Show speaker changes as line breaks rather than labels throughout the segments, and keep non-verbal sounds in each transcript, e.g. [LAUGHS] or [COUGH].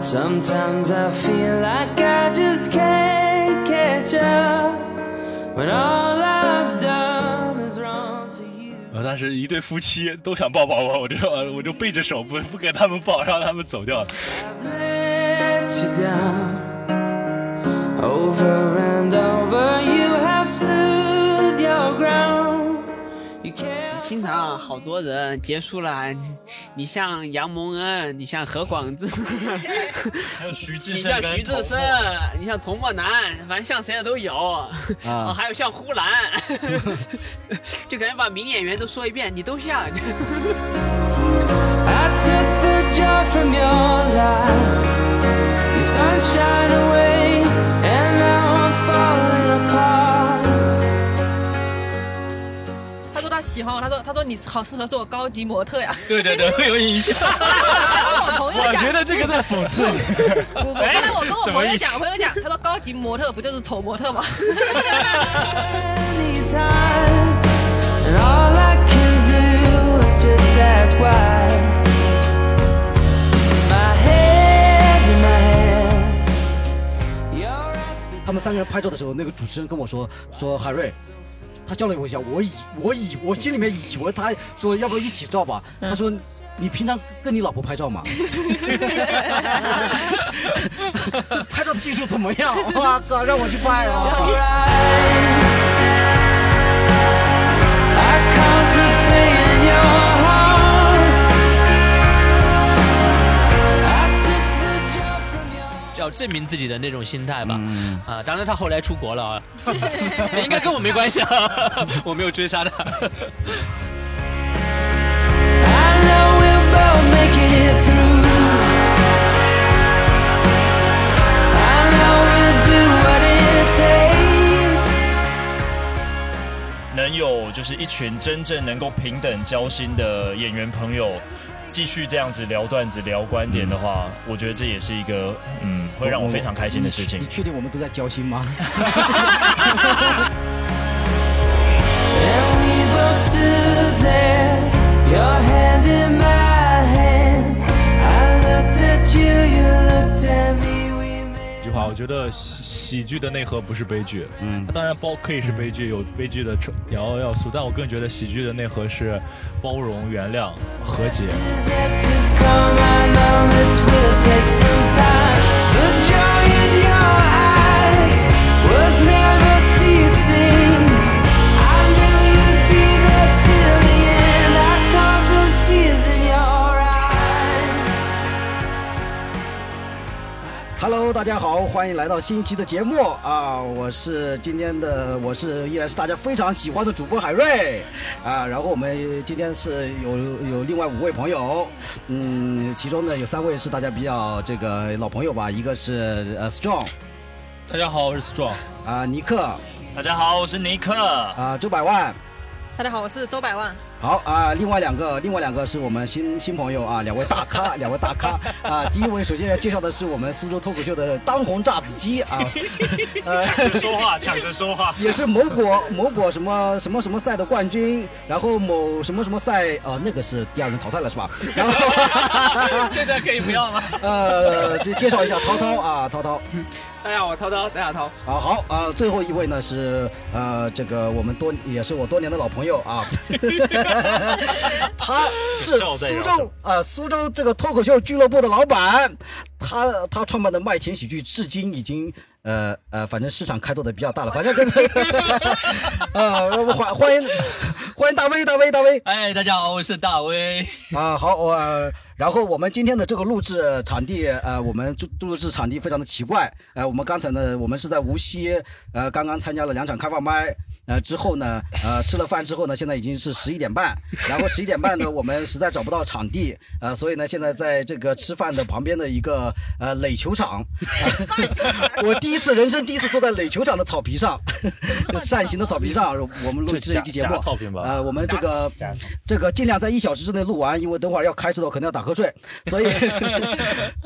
Sometimes I feel like I just can't catch up when all I've done is wrong to you.
呃，但是一对夫妻都想抱抱我，我就我就背着手不不给他们抱，让他们走掉了。
I've let you down over and over. You have stood your ground. You can't.
经常啊好多人结束了，你你像杨蒙恩，你像何广
[LAUGHS]
智，
还有徐志
你像徐志胜，你像童漠南，反正像谁的都有。哦， [LAUGHS] 还有像呼兰，就感觉把名演员都说一遍，你都像。
[LAUGHS]
I took the joy from your life, your sunshine away, and now I'm falling apart.
他说他喜欢我，他说他说你好适合做高级模特 [LAUGHS] 呀。
[LAUGHS] 对对对，会有影响。
我跟我
我
哎朋友
觉
讲，
得这个在讽刺你。
不不，后来我跟我
什么
朋
意
友
思
讲，我朋友讲，他说高级模特不就是丑模特吗？ [LAUGHS]
Many times, and all I can do is just ask why. My head in my hand, you're at
他们三个人拍照的时候，那个主持人跟我说说海瑞，他叫了我一下，我以我以我心里面以为他说要不要一起照吧，他说。你平常跟你老婆拍照吗？ [LAUGHS] 这拍照的技术怎么样？哇靠，让我去拍啊！
I caused the pain in your heart.
要证明自己的那种心态吧。啊，当然他后来出国了
[LAUGHS]
啊，应该跟我没关系啊， [LAUGHS] 我没有追杀他。
I know we'll both make it through. I know we'll do what it takes.
能有就是一群真正能够平等交心的演员朋友，继续这样子聊段子、聊观点的话，我觉得这也是一个嗯，会让我非常开心的事情
你。确定我们都在交心吗？
And we both stood there, your hand in my hand. I looked at you, you looked at me. We made
一句话，我觉得喜喜剧的内核不是悲剧，
嗯
它当然包可以是悲剧，有悲剧的成要要素，但我更觉得喜剧的内核是包容、原谅、和解。
is yet to come. I know this will take some time. The joy in your eyes was never ceasing. I knew you'd be there till the end. I caused those tears in your eyes.
Hello，大家好，欢迎来到新一期的节目啊！我是今天的，我是依然是大家非常喜欢的主播海瑞啊。然后我们今天是有有另外五位朋友，嗯，其中呢有三位是大家比较这个老朋友吧，一个是呃 Strong
大家好，我是 Strong。
啊、尼克啊、
大家好，我是尼克。
周百万。
大家好，我是周百 [LAUGHS] 万。
好啊、另外两个，另外两个是我们新新朋友啊，两位大咖，两位大咖啊、第一位首先要介绍的是我们苏州脱口秀的当红炸子鸡啊，呃，
抢着说话，抢着说话。
[LAUGHS] 也是某国某国什么什么什么赛的冠军，然后某什么什么赛，呃，那个是第二轮淘汰了是吧？然后，
这段可以不要吗？
[LAUGHS] 呃，介介绍一下涛涛啊，涛涛
大家好，我涛涛，大家好。
啊，好啊、最后一位呢是呃，这个我们多也是我多年的老朋友
[LAUGHS]
啊，他是
笑在
苏
摇
州呃苏州这个脱口秀俱乐部的老板，他他创办的麦田喜剧至今已经。呃呃，反正市场开拓的比较大了，反正真的， [LAUGHS] 呃， [LAUGHS] 我们欢欢迎欢迎大威大威大威
哎，大家好，我是大威。
啊，好，我、 [LAUGHS] 呃然后我们今天的这个录制场地，呃，我们录录制场地非常的奇怪，呃，我们刚才呢，我们是在无锡，呃，刚刚参加了两场开放麦，呃，之后呢，呃，吃了饭之后呢，现在已经是十一点半， [LAUGHS] 然后十一点半呢，我们实在找不到场地，呃，所以呢，现在在这个吃饭的旁边的一个呃垒球场， [LAUGHS] 我第一次人生第一次坐在垒球场的草皮上， [LAUGHS] 扇形的草皮上，我们录制一期节目
这假假，草坪吧
呃，我们这个这个尽量在一小时之内录完，因为等会儿要开始的我可能要打瞌睡，所以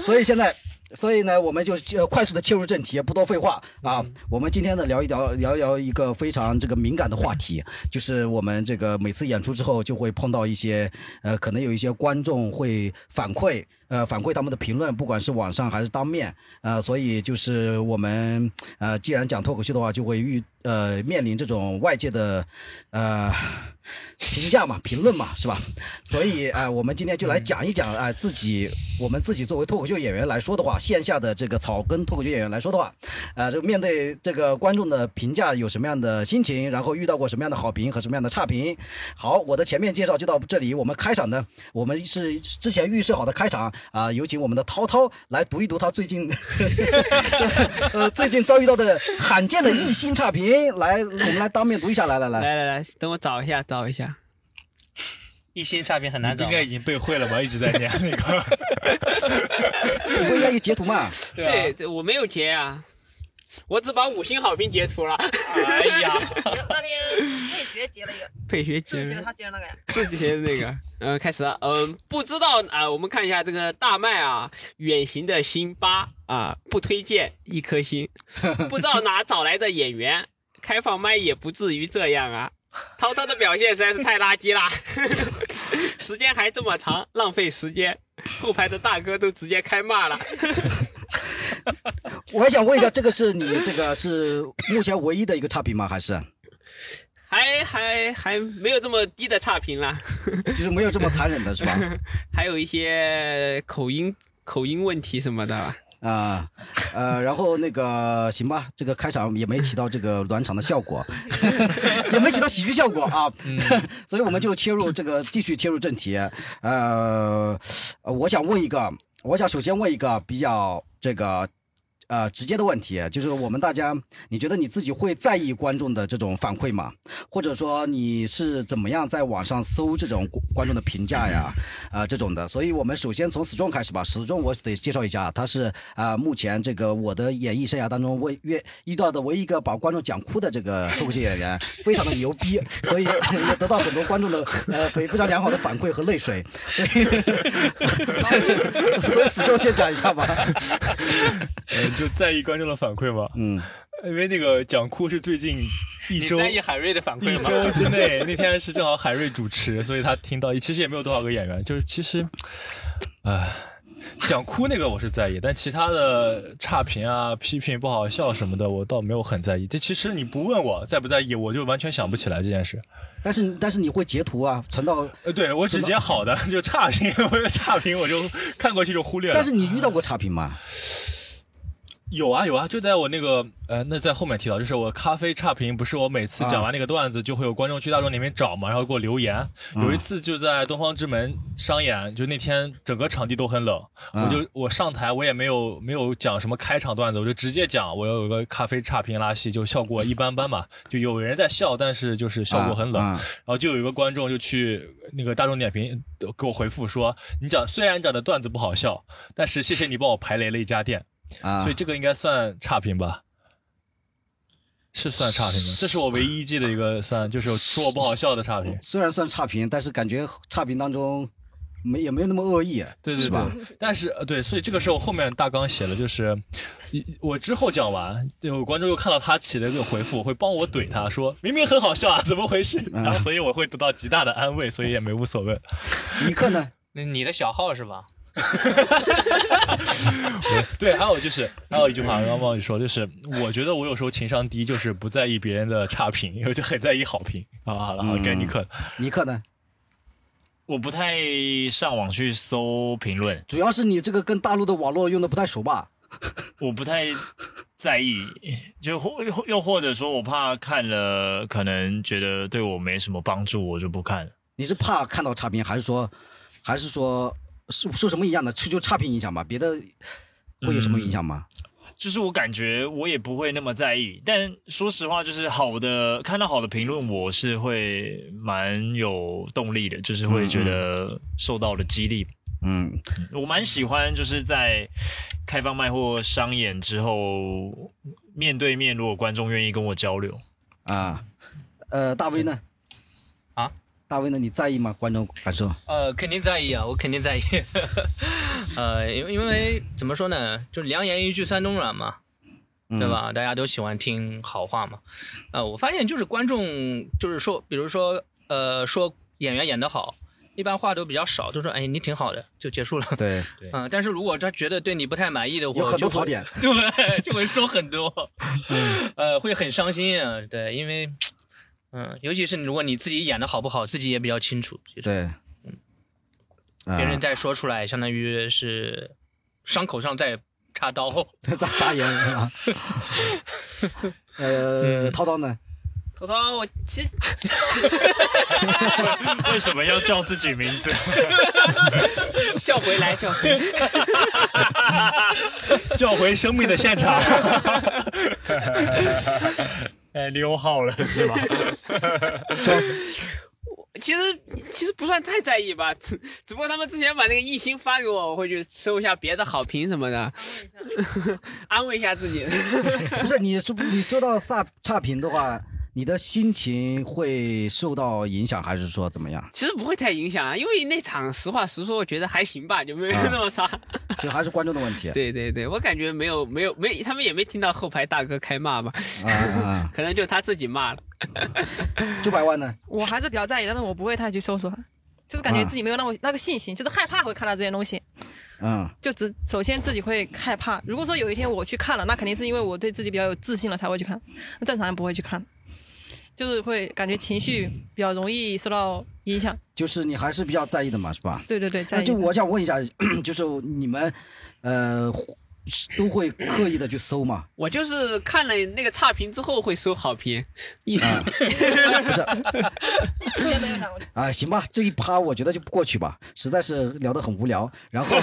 所以现在。所以呢，我们就呃快速的切入正题，不多废话啊。我们今天呢聊一聊聊一聊一个非常这个敏感的话题，就是我们这个每次演出之后就会碰到一些呃，可能有一些观众会反馈呃反馈他们的评论，不管是网上还是当面，呃，所以就是我们呃既然讲脱口秀的话，就会遇呃面临这种外界的呃。评价嘛，评论嘛，是吧？所以啊、呃我们今天就来讲一讲啊、呃自己我们自己作为脱口秀演员来说的话，线下的这个草根脱口秀演员来说的话，呃，这个面对这个观众的评价有什么样的心情，然后遇到过什么样的好评和什么样的差评。好，我的前面介绍就到这里，我们开场呢，我们是之前预设好的开场啊、有请我们的涛涛来读一读他最近 [LAUGHS] 呃最近遭遇到的罕见的一星差评，来，我们来当面读一下，来来来。
来来来，等我找一下，找一下。
一星差评很难
你不
找
应。该已经背会了吧？一直在念那个。 [LAUGHS]
你不应该有截图吗？
对、对我没有截啊，我只把五星好评截图了。
哎呀，
那天那学截了一个，
[LAUGHS] 配学截
是不是截了他截了那个呀？
是这些那个， [LAUGHS] 呃，开始了，嗯、不知道啊、我们看一下这个大麦啊，远行的辛巴啊，不推荐一颗星，不知道哪找来的演员，开放麦也不至于这样啊。涛涛的表现实在是太垃圾啦， [LAUGHS] 时间还这么长，浪费时间，后排的大哥都直接开骂了。
我还想问一下，这个是你这个是目前唯一的一个差评吗？还是
还还还没有这么低的差评啦，
就是没有这么残忍的是吧？
还有一些口音口音问题什么的吧。
啊、呃，然后那个行吧，这个开场也没起到这个暖场的效果，也没起到喜剧效果啊， [LAUGHS] 所以我们就切入这个，继续切入正题。呃，呃我想问一个，我想首先问一个比较这个。呃，直接的问题就是我们大家，你觉得你自己会在意观众的这种反馈吗？或者说你是怎么样在网上搜这种观众的评价呀，呃这种的。所以我们首先从史壮开始吧。史壮我得介绍一下，他是啊、呃目前这个我的演艺生涯当中唯遇遇到的唯一一个把观众讲哭的这个脱口秀演员，非常的牛逼，所以也得到很多观众的呃非非常良好的反馈和泪水。所以 [LAUGHS] 所以史壮先讲一下吧。
呃，就在意观众的反馈嘛，
嗯，
因为那个讲哭是最近一
你
周
在意海瑞的反
一
馈吗？
周之
[LAUGHS]
内，那天是正好海瑞主持，所以他听到，其实也没有多少个演员，就是其实，唉，讲哭那个我是在意，但其他的差评啊、批评不好笑什么的，我倒没有很在意。这其实你不问我在不在意，我就完全想不起来这件事。
但是但是你会截图啊，存到。
呃，对我只截好的， [LAUGHS] 就差评，我有差评我就看过去就忽略了。
但是你遇到过差评吗？
有啊有啊，就在我那个呃，那在后面提到，就是我咖啡差评，不是我每次讲完那个段子，就会有观众去大众点评找嘛，然后给我留言。有一次就在东方之门商演，就那天整个场地都很冷，我就我上台我也没有没有讲什么开场段子，我就直接讲我有个咖啡差评拉稀，就效果一般般嘛，就有人在笑，但是就是 [LAUGHS] 效果很冷。
啊
然后就有一个观众就去那个大众点评呃给我回复说，你讲虽然你讲的段子不好笑，但是谢谢你帮我排雷了一家店。
啊！
所以这个应该算差评吧？是算差评吗？这是我唯一一记的一个算，就是说我不好笑的差评。
虽然算差评，但是感觉差评当中没也没有那么恶意，
对对
是吧？
对，但是呃对，所以这个是我后面大纲写了，就是一我之后讲完，有观众又看到他起了一个回复，会帮我怼他说明明很好笑啊，怎么回事？
嗯
然后所以我会得到极大的安慰，所以也没无所谓。
尼克呢？
那你的小号是吧？
嗯
[LAUGHS] 对，还有就是还有一句话，刚刚忘记说，就是我觉得我有时候情商低，就是不在意别人的差评， [LAUGHS] 因为就很在意好评。好好了，好，该
嗯
尼克了。
尼克呢？
我不太上网去搜评论，
主要是你这个跟大陆的网络用的不太熟吧？
我不太在意，就或又又或者说我怕看了可能觉得对我没什么帮助，我就不看了。
你是怕看到差评，还是说，还是说受受什么影响呢？是就差评影响吧？别的会有什么影响吗？
就是我感觉我也不会那么在意，但说实话，就是好的看到好的评论，我是会蛮有动力的，就是会觉得受到了激励。
嗯
我蛮喜欢就是在开放麦或商演之后，面对面如果观众愿意跟我交流，
啊，呃，大威呢？
啊？
大威呢？你在意吗？观众感
[LAUGHS]
受？
呃，肯定在意啊，我肯定在意。 [LAUGHS] 呃，因为因为怎么说呢，就良言一句三冬暖嘛，
嗯
对？吧？大家都喜欢听好话嘛。呃，我发现就是观众就是说，比如说呃说演员演得好，一般话都比较少，就说哎你挺好的就结束了。
对，
[LAUGHS] 嗯，但是如果他觉得对你不太满意的话，
有很多
就会
槽点，
[LAUGHS] 对，就会收很多，
嗯
[LAUGHS] 呃，会很伤心啊，对，因为，嗯，尤其是如果你自己演的好不好，自己也比较清楚，其实
对，嗯
别人再说出来，相当于是伤口上再插刀。
咋咋演
[LAUGHS]
啊？ [LAUGHS]
嗯
呃，涛涛呢？
涛涛，我其实
[LAUGHS] 为什么要叫自己名字？
叫回来叫回来，
叫回生命的现场。
[LAUGHS] 哎，溜号了是 [LAUGHS] 吧？
[LAUGHS] 其实其实不算太在意
[LAUGHS]
吧，只只不过他们之前把那个一星发给我，我会去搜一下别的好评什么的，安慰一下自己。
不是你收你收到差差评的话，你的心情会受到影响，还是说怎么样？
其实不会太影响啊，因为那场实话实说，我觉得还行吧，就没有那么差。
就啊还是观众的问题
对对对，我感觉没有没有没，他们也没听到后排大哥开骂吧，
啊啊！
可能就他自己骂了。
啊朱百万呢？
我还是比较在意，但是我不会太去搜索，就是感觉自己没有那么、那个信心，就是害怕会看到这些东西，
嗯，
就只首先自己会害怕。如果说有一天我去看了，那肯定是因为我对自己比较有自信了才会去看，那正常人不会去看，就是会感觉情绪比较容易受到影响。
就是你还是比较在意的嘛，是吧？
对对对，在
那
意
啊就我想问一下， [COUGHS] 就是你们，呃，都会刻意的去搜
[LAUGHS]
吗？
我就是看了那个差评之后会收好评，一、
完全没有想过。
啊，行吧，这一趴我觉得就不过去吧，实在是聊得很无聊。然后，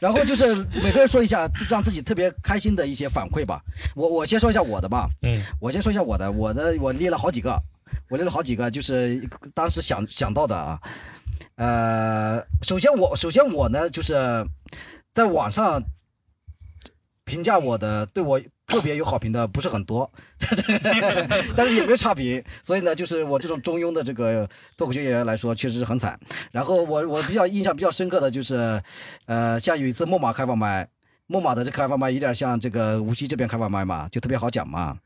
然后就是每个人说一下自让自己特别开心的一些反馈吧。我我先说一下我的吧，
嗯，
我先说一下我的，我的我列了好几个，我列了好几个，就是当时想想到的啊。呃，首先我首先我呢，就是在网上评价我的，对我特别有好评的不是很多， [LAUGHS] 但是也没有差评，所以呢，就是我这种中庸的这个脱口秀演员来说，确实是很惨。然后我我比较印象比较深刻的就是，呃，像有一次木马开放麦，木马的这开放麦有点像这个无锡这边开放麦嘛，就特别好讲嘛。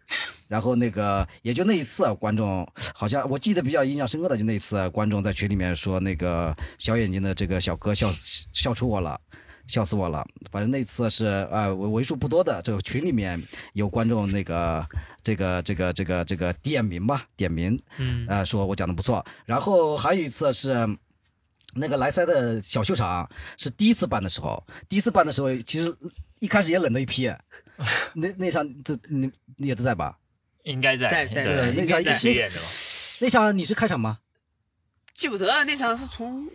然后那个也就那一次，啊观众好像我记得比较印象深刻的就那一次，啊观众在群里面说那个小眼睛的这个小哥笑死笑出我了。笑死我了！反正那次是呃为为数不多的这个群里面有观众那个这个这个这个这个点名吧，点名，嗯，呃，说我讲的不错。然后还有一次是那个莱塞的小秀场，是第一次办的时候，第一次办的时候其实一开始也冷了一
[LAUGHS]
批，那那场这你你也都在吧？
应该在
在在
对
对
那场
应该
一
在
起演的吧？
那场你是开场吗？
记不得啊了那场是从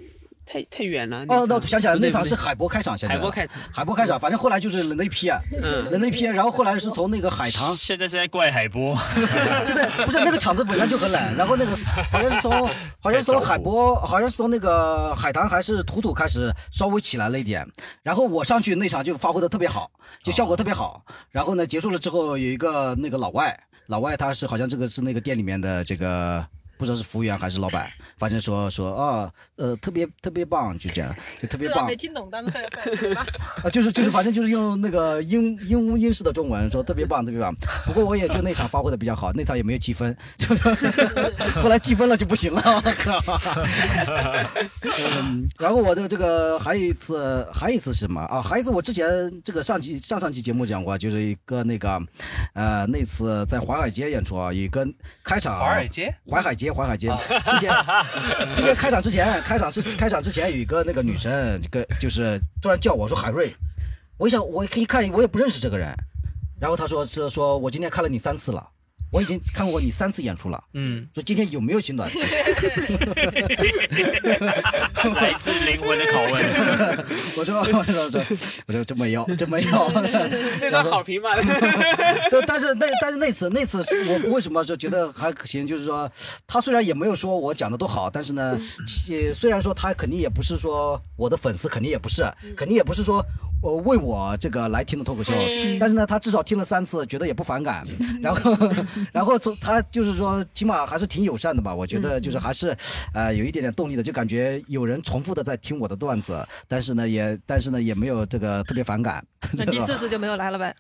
太太远了。
哦，那
场
我想起来了，
不对
那场是
不
海波开场，想起
对
来
海
了
波开场，
海波开场，反正后来就是冷了一批，啊
嗯，
冷了一批，然后后来是从那个海棠
现在是在怪海波，
真的不是那个场子本身就很冷，然后那个好像是从好像是从海波，好像是从那个海棠还是土土开始稍微起来了一点，然后我上去那场就发挥的特别好，就效果特别好。然后呢，结束了之后有一个那个老外，老外他是好像这个是那个店里面的这个。不知道是服务员还是老板，反正说说啊，呃，特别特别棒，就这样，就特别
虽
棒
然没。听懂，但是很很很棒。
啊，就是就是，反正就是用那个英英英式的中文说特别棒，特别棒。不过我也就那场发挥的比较好，那场也没有积分，就是 [LAUGHS] 后来积分了就不行了。我
[LAUGHS]
靠！嗯，然后我的这个还有一次，还有一次是什么啊？还有一次我之前这个上期上上期节目讲过，就是一个那个，呃，那次在淮海街演出啊，一个开场
华尔街，
淮海街，淮海街。
啊
之前，
[LAUGHS]
之前开场之前，开场之开场之前有一个那个女生，跟就是突然叫我说海瑞，我一想我一看我也不认识这个人，然后她说是说我今天看了你三次了，我已经看过你三次演出了，
嗯，
说今天有没有新段子？
[LAUGHS] 来自灵魂的拷 [LAUGHS] 问。
[LAUGHS] 我说我说我说我说真没有真没有，
[LAUGHS] 这算好
[LAUGHS]
评吧？
对，但是那但是那次那次是我为什么就觉得还行，就是说他虽然也没有说我讲的多好，但是呢，其虽然说他肯定也不是说我的粉丝，肯定也不是，肯定也不是说。我为我这个来听的脱口秀，但是呢，他至少听了三次，觉得也不反感，然后， [LAUGHS] 然后从他就是说，起码还是挺友善的吧，我觉得就是还是，呃，有一点点动力的，就感觉有人重复的在听我的段子，但是呢，也但是呢，也没有这个特别反感。
那
对
第
吧
四次就没有来了呗？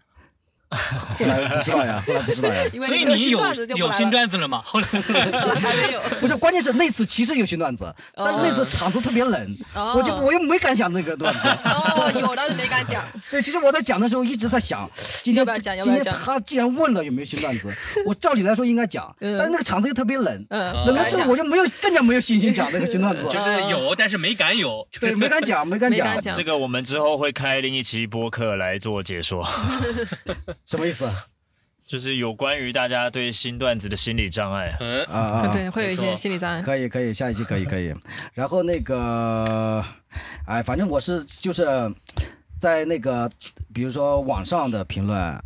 后来不知道呀，后来不知道呀。
因为
所以
没
你
新
有
段子就不
有
来
新
了
段子了吗？ [LAUGHS] 后来
还没有，
不是，关键是那次其实有新段子，但是
嗯
那次场子特别冷，
哦
我就我又没敢想那个段
[LAUGHS]
子。
哦，有但是没敢讲。
对，其实我在讲的时候一直在想，今
要
天
不要
这
讲要不
今
要
天
讲
他既然问了有没有新段子，我照理来说应该讲，
嗯
但是那个场子又特别冷，
嗯，
冷了
敢
之后
讲
我就没有更加没有信心讲那个新段
[LAUGHS]
子，
啊
就是有，但是没敢有。
对，没敢讲，没敢
没
讲
敢，讲
这。个我们之后会开另一期播客来做解说，
什么意思？啊
就是有关于大家对新段子的心理障碍。
嗯，
啊啊，啊
对，会有一些心理障碍。
可以可以，下一期可以可以。然后那个，哎，反正我是就是在那个，比如说网上的评论，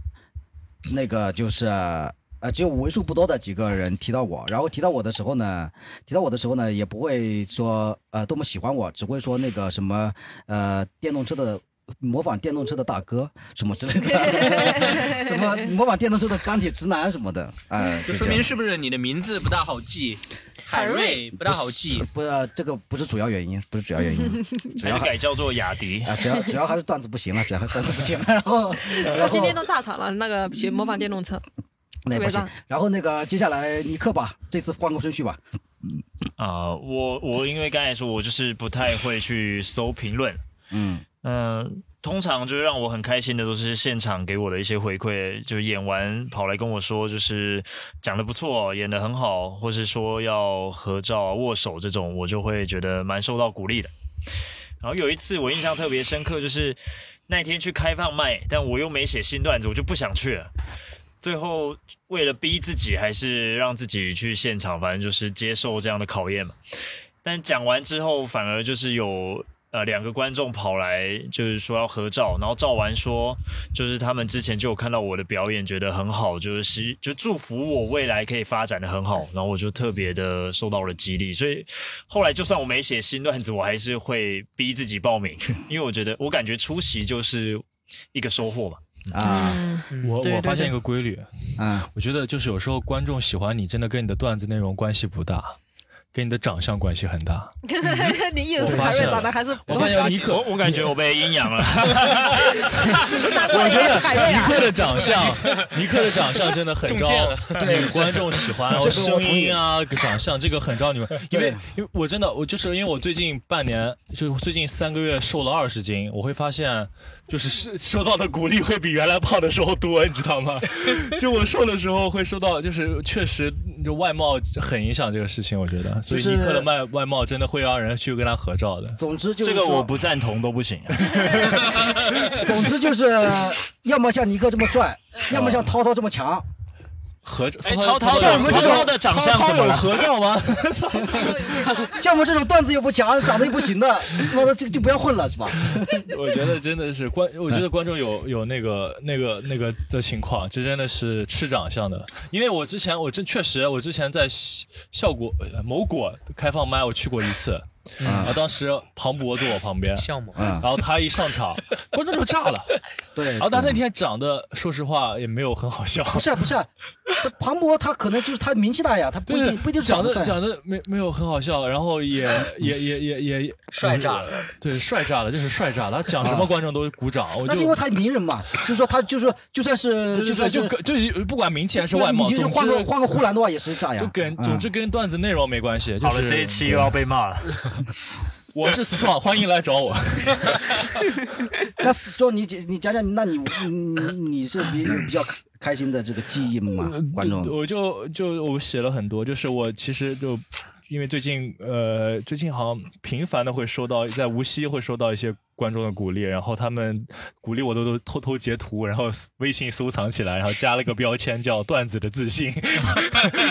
那个就是呃，只有为数不多的几个人提到我，然后提到我的时候呢，提到我的时候呢，也不会说呃多么喜欢我，只会说那个什么呃电动车的。模仿电动车的大哥什么之类的， [LAUGHS] 什么模仿电动车的钢铁直男什么的，哎、
就
这
说
样
明是不是你的名字不大好记，海瑞不大
[LAUGHS]
好记。
不，呃这个不是主要原因，不是主要原因
还是改叫做雅迪。
啊，主要主要还是段子不行了，主要还是段子不行了，
[LAUGHS]
然后
我今天都炸场了，那个学模仿电动车，
那
特
不
别
行
棒，
然后那个接下来尼克吧，这次换个顺序吧，
啊、我我因为刚才说，我就是不太会去搜评论，
嗯
嗯、通常就是让我很开心的都是现场给我的一些回馈，就演完跑来跟我说，就是讲的不错，演的很好，或是说要合照啊、握手这种，我就会觉得蛮受到鼓励的。然后有一次我印象特别深刻，就是那天去开放麦，但我又没写新段子，我就不想去了。最后为了逼自己，还是让自己去现场，反正就是接受这样的考验嘛。但讲完之后，反而就是有呃两个观众跑来，就是说要合照，然后照完说，就是他们之前就有看到我的表演，觉得很好，就是希就祝福我未来可以发展的很好，然后我就特别的受到了激励，所以后来就算我没写新段子，我还是会逼自己报名， [LAUGHS] 因为我觉得我感觉出席就是一个收获吧。
嗯
啊
我
[LAUGHS] 对
我发
对对
现一个规律，
啊
我觉得就是有时候观众喜欢你，真的跟你的段子内容关系不大，跟你的长相关系很大。
你意思凯瑞长得还是不
我发现尼克，
我我感觉我被阴阳了，
那我以为是凯瑞
尼
啊，
克的长相，尼克的长相真的很招女观众喜欢，然后
这个我
声
同意
音啊、长相这个很招你们，因为
对
因为我真的我就是因为我最近半年，就是最近三个月瘦了二十斤，我会发现就是是 [LAUGHS] 收到的鼓励会比原来胖的时候多，你知道吗？就我瘦的时候会收到，就是确实就外貌很影响这个事情，我觉得，所以
就是
尼克的外外貌真的会让人去跟他合照的。
总之就是
这个
说
我，不赞同都不行、啊。
总之就是 [LAUGHS] 要么像尼克这么帅，要么像涛涛这么强，
合照，
哎涛涛
像我们这
涛涛
种
的长相怎么
有
了？
合照吗？
像我们这种段子又不强，长得又不行的， [LAUGHS] 妈的这个就不要混了是吧？
[LAUGHS] 我觉得真的是观，我觉得观众有有那个那个那个的情况，这真的是吃长相的。因为我之前我真确实，我之前在效效果呃某果开放麦我去过一次，然后当时庞博坐我旁边，
项目
嗯
然，后他一上场，观众就炸
[LAUGHS]
了。
对
然后。他那天长得，说实话也没有很好笑，
不是啊不是啊，他庞博他可能就是他名气大呀，他不一
对
定不一定
长
得
得
帅。
长得没没有很好笑，然后
[LAUGHS]
也也也也也也呃
帅炸了，
对，帅炸了，就是帅炸了。他讲什么观众都鼓掌，我
啊那
就是
因为他名人嘛，就是说他就是说就算是
就
就
算
算
就是跟就不管名气还是外貌，
你就是
总
换个
之
换个护栏的话也是炸呀。
[LAUGHS] 就跟
嗯
总之跟段子内容没关系。就
好了，
是
这一期又要被骂了。
我是 strong，欢迎来找我。
那说你讲你讲讲，那你嗯你是比比较开心的这个记忆嘛？
嗯
观众
我就就我写了很多，就是我其实就。因为最近，呃，最近好像频繁的会收到，在无锡会收到一些观众的鼓励，然后他们鼓励我都都偷偷截图，然后微信收藏起来，然后加了个标签叫“段子的自信”。 [LAUGHS]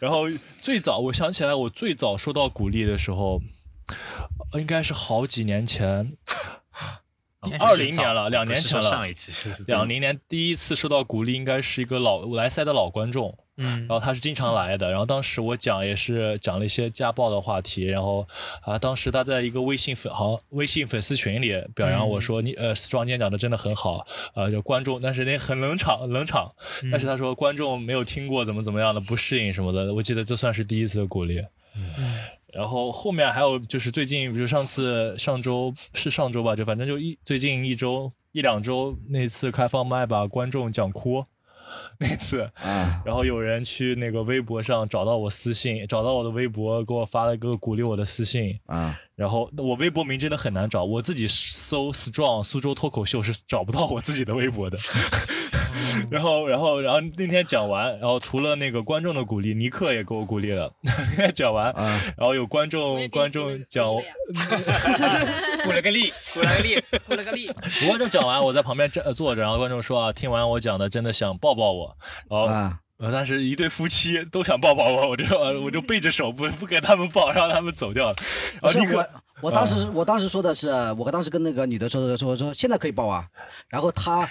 然后最早我想起来，我最早收到鼓励的时候，呃应该是好几年前，
哦
二零年了，两年前
不是说
了
上。一期是
两零年第一次收到鼓励，应该是一个老莱塞的老观众，
嗯
然，后他是经常来的。然后当时我讲也是讲了一些家暴的话题，然后啊，当时他在一个微信粉好像微信粉丝群里表扬我说、你呃，strong 今天讲的真的很好，呃，就观众，但是那很冷场冷场，但是他说观众没有听过怎么怎么样的不适应什么的，我记得这算是第一次的鼓励。然后后面还有就是最近，比如上次上周是上周吧，就反正就一最近一周一两周那次开放麦把观众讲哭。那次，
啊，
然后有人去那个微博上找到我私信，找到我的微博，给我发了个鼓励我的私信，
啊，
然后我微博名真的很难找，我自己搜 strong 苏州脱口秀是找不到我自己的微博的。 [LAUGHS] 然后，然后，然后那天讲完，然后除了那个观众的鼓励，尼克也给我鼓励了。 [LAUGHS] 那天讲完，
啊
然后有观众观众讲，
鼓了个力，鼓了个力，
我了个力，
观众讲完，我在旁边站呃坐着，然后观众说啊，听完我讲的真的想抱抱我。然后
啊，
呃，但是一对夫妻都想抱抱我，我就我就背着手不不给他们抱，让他们走掉了。啊
不
然
是
后尼克
我，我当
啊
时我当时说的是，我当时跟那个女的说的说说现在可以抱啊，然后她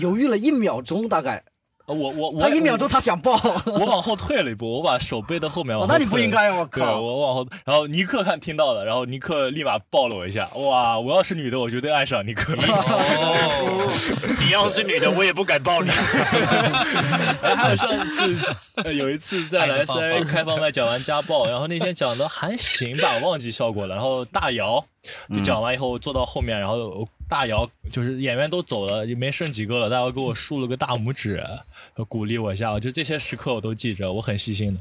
犹豫了一秒钟，大概
呃我我哦我
她一秒钟她想抱，
我往后退了一步，我把手背到后面往后
那
退。
你不应该啊我
对，
靠
我往后，然后尼克看听到了，然后尼克立马抱了我一下。哇，我要是女的，我绝对爱上尼克。
[LAUGHS]
哦
你要是女的，我也不敢抱你。啊
还有上次呃有一次在莱斯 I 开放麦讲完家暴，然后那天讲的还行吧，我忘记效果了。然后大姚就讲完以后坐到后面，然后大姚就是演员都走了，也没剩几个了，大姚给我竖了个大拇指，鼓励我一下。我就这些时刻我都记着，我很细心的，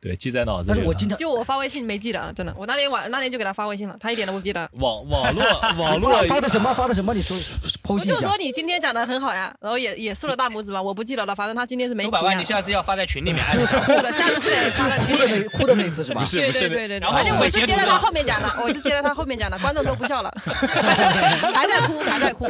对，记在脑子
但
里
是
了。
我经常
哎就我发微信没记得啊，真的，我那天晚那天就给他发微信了，他一点都不记得。
网网络网络
发发的什么发的什么，你说
我
剖析
就
一下
说。你今天讲的很好呀，然后也也竖了大拇指吧，我不记得了，反正他今天是没
五
提
百
啊
万，你。下次要发在群里面。哎
是的，下次也发在群
哭的
里。
那哭的那次是
[LAUGHS]
吧？
不是
对
不是
对对对，对
然后
而且我
我截
是接
图
在
的
他后面讲的，我是接在他后面讲的，观众都不笑了， [LAUGHS] 还在哭，还在哭，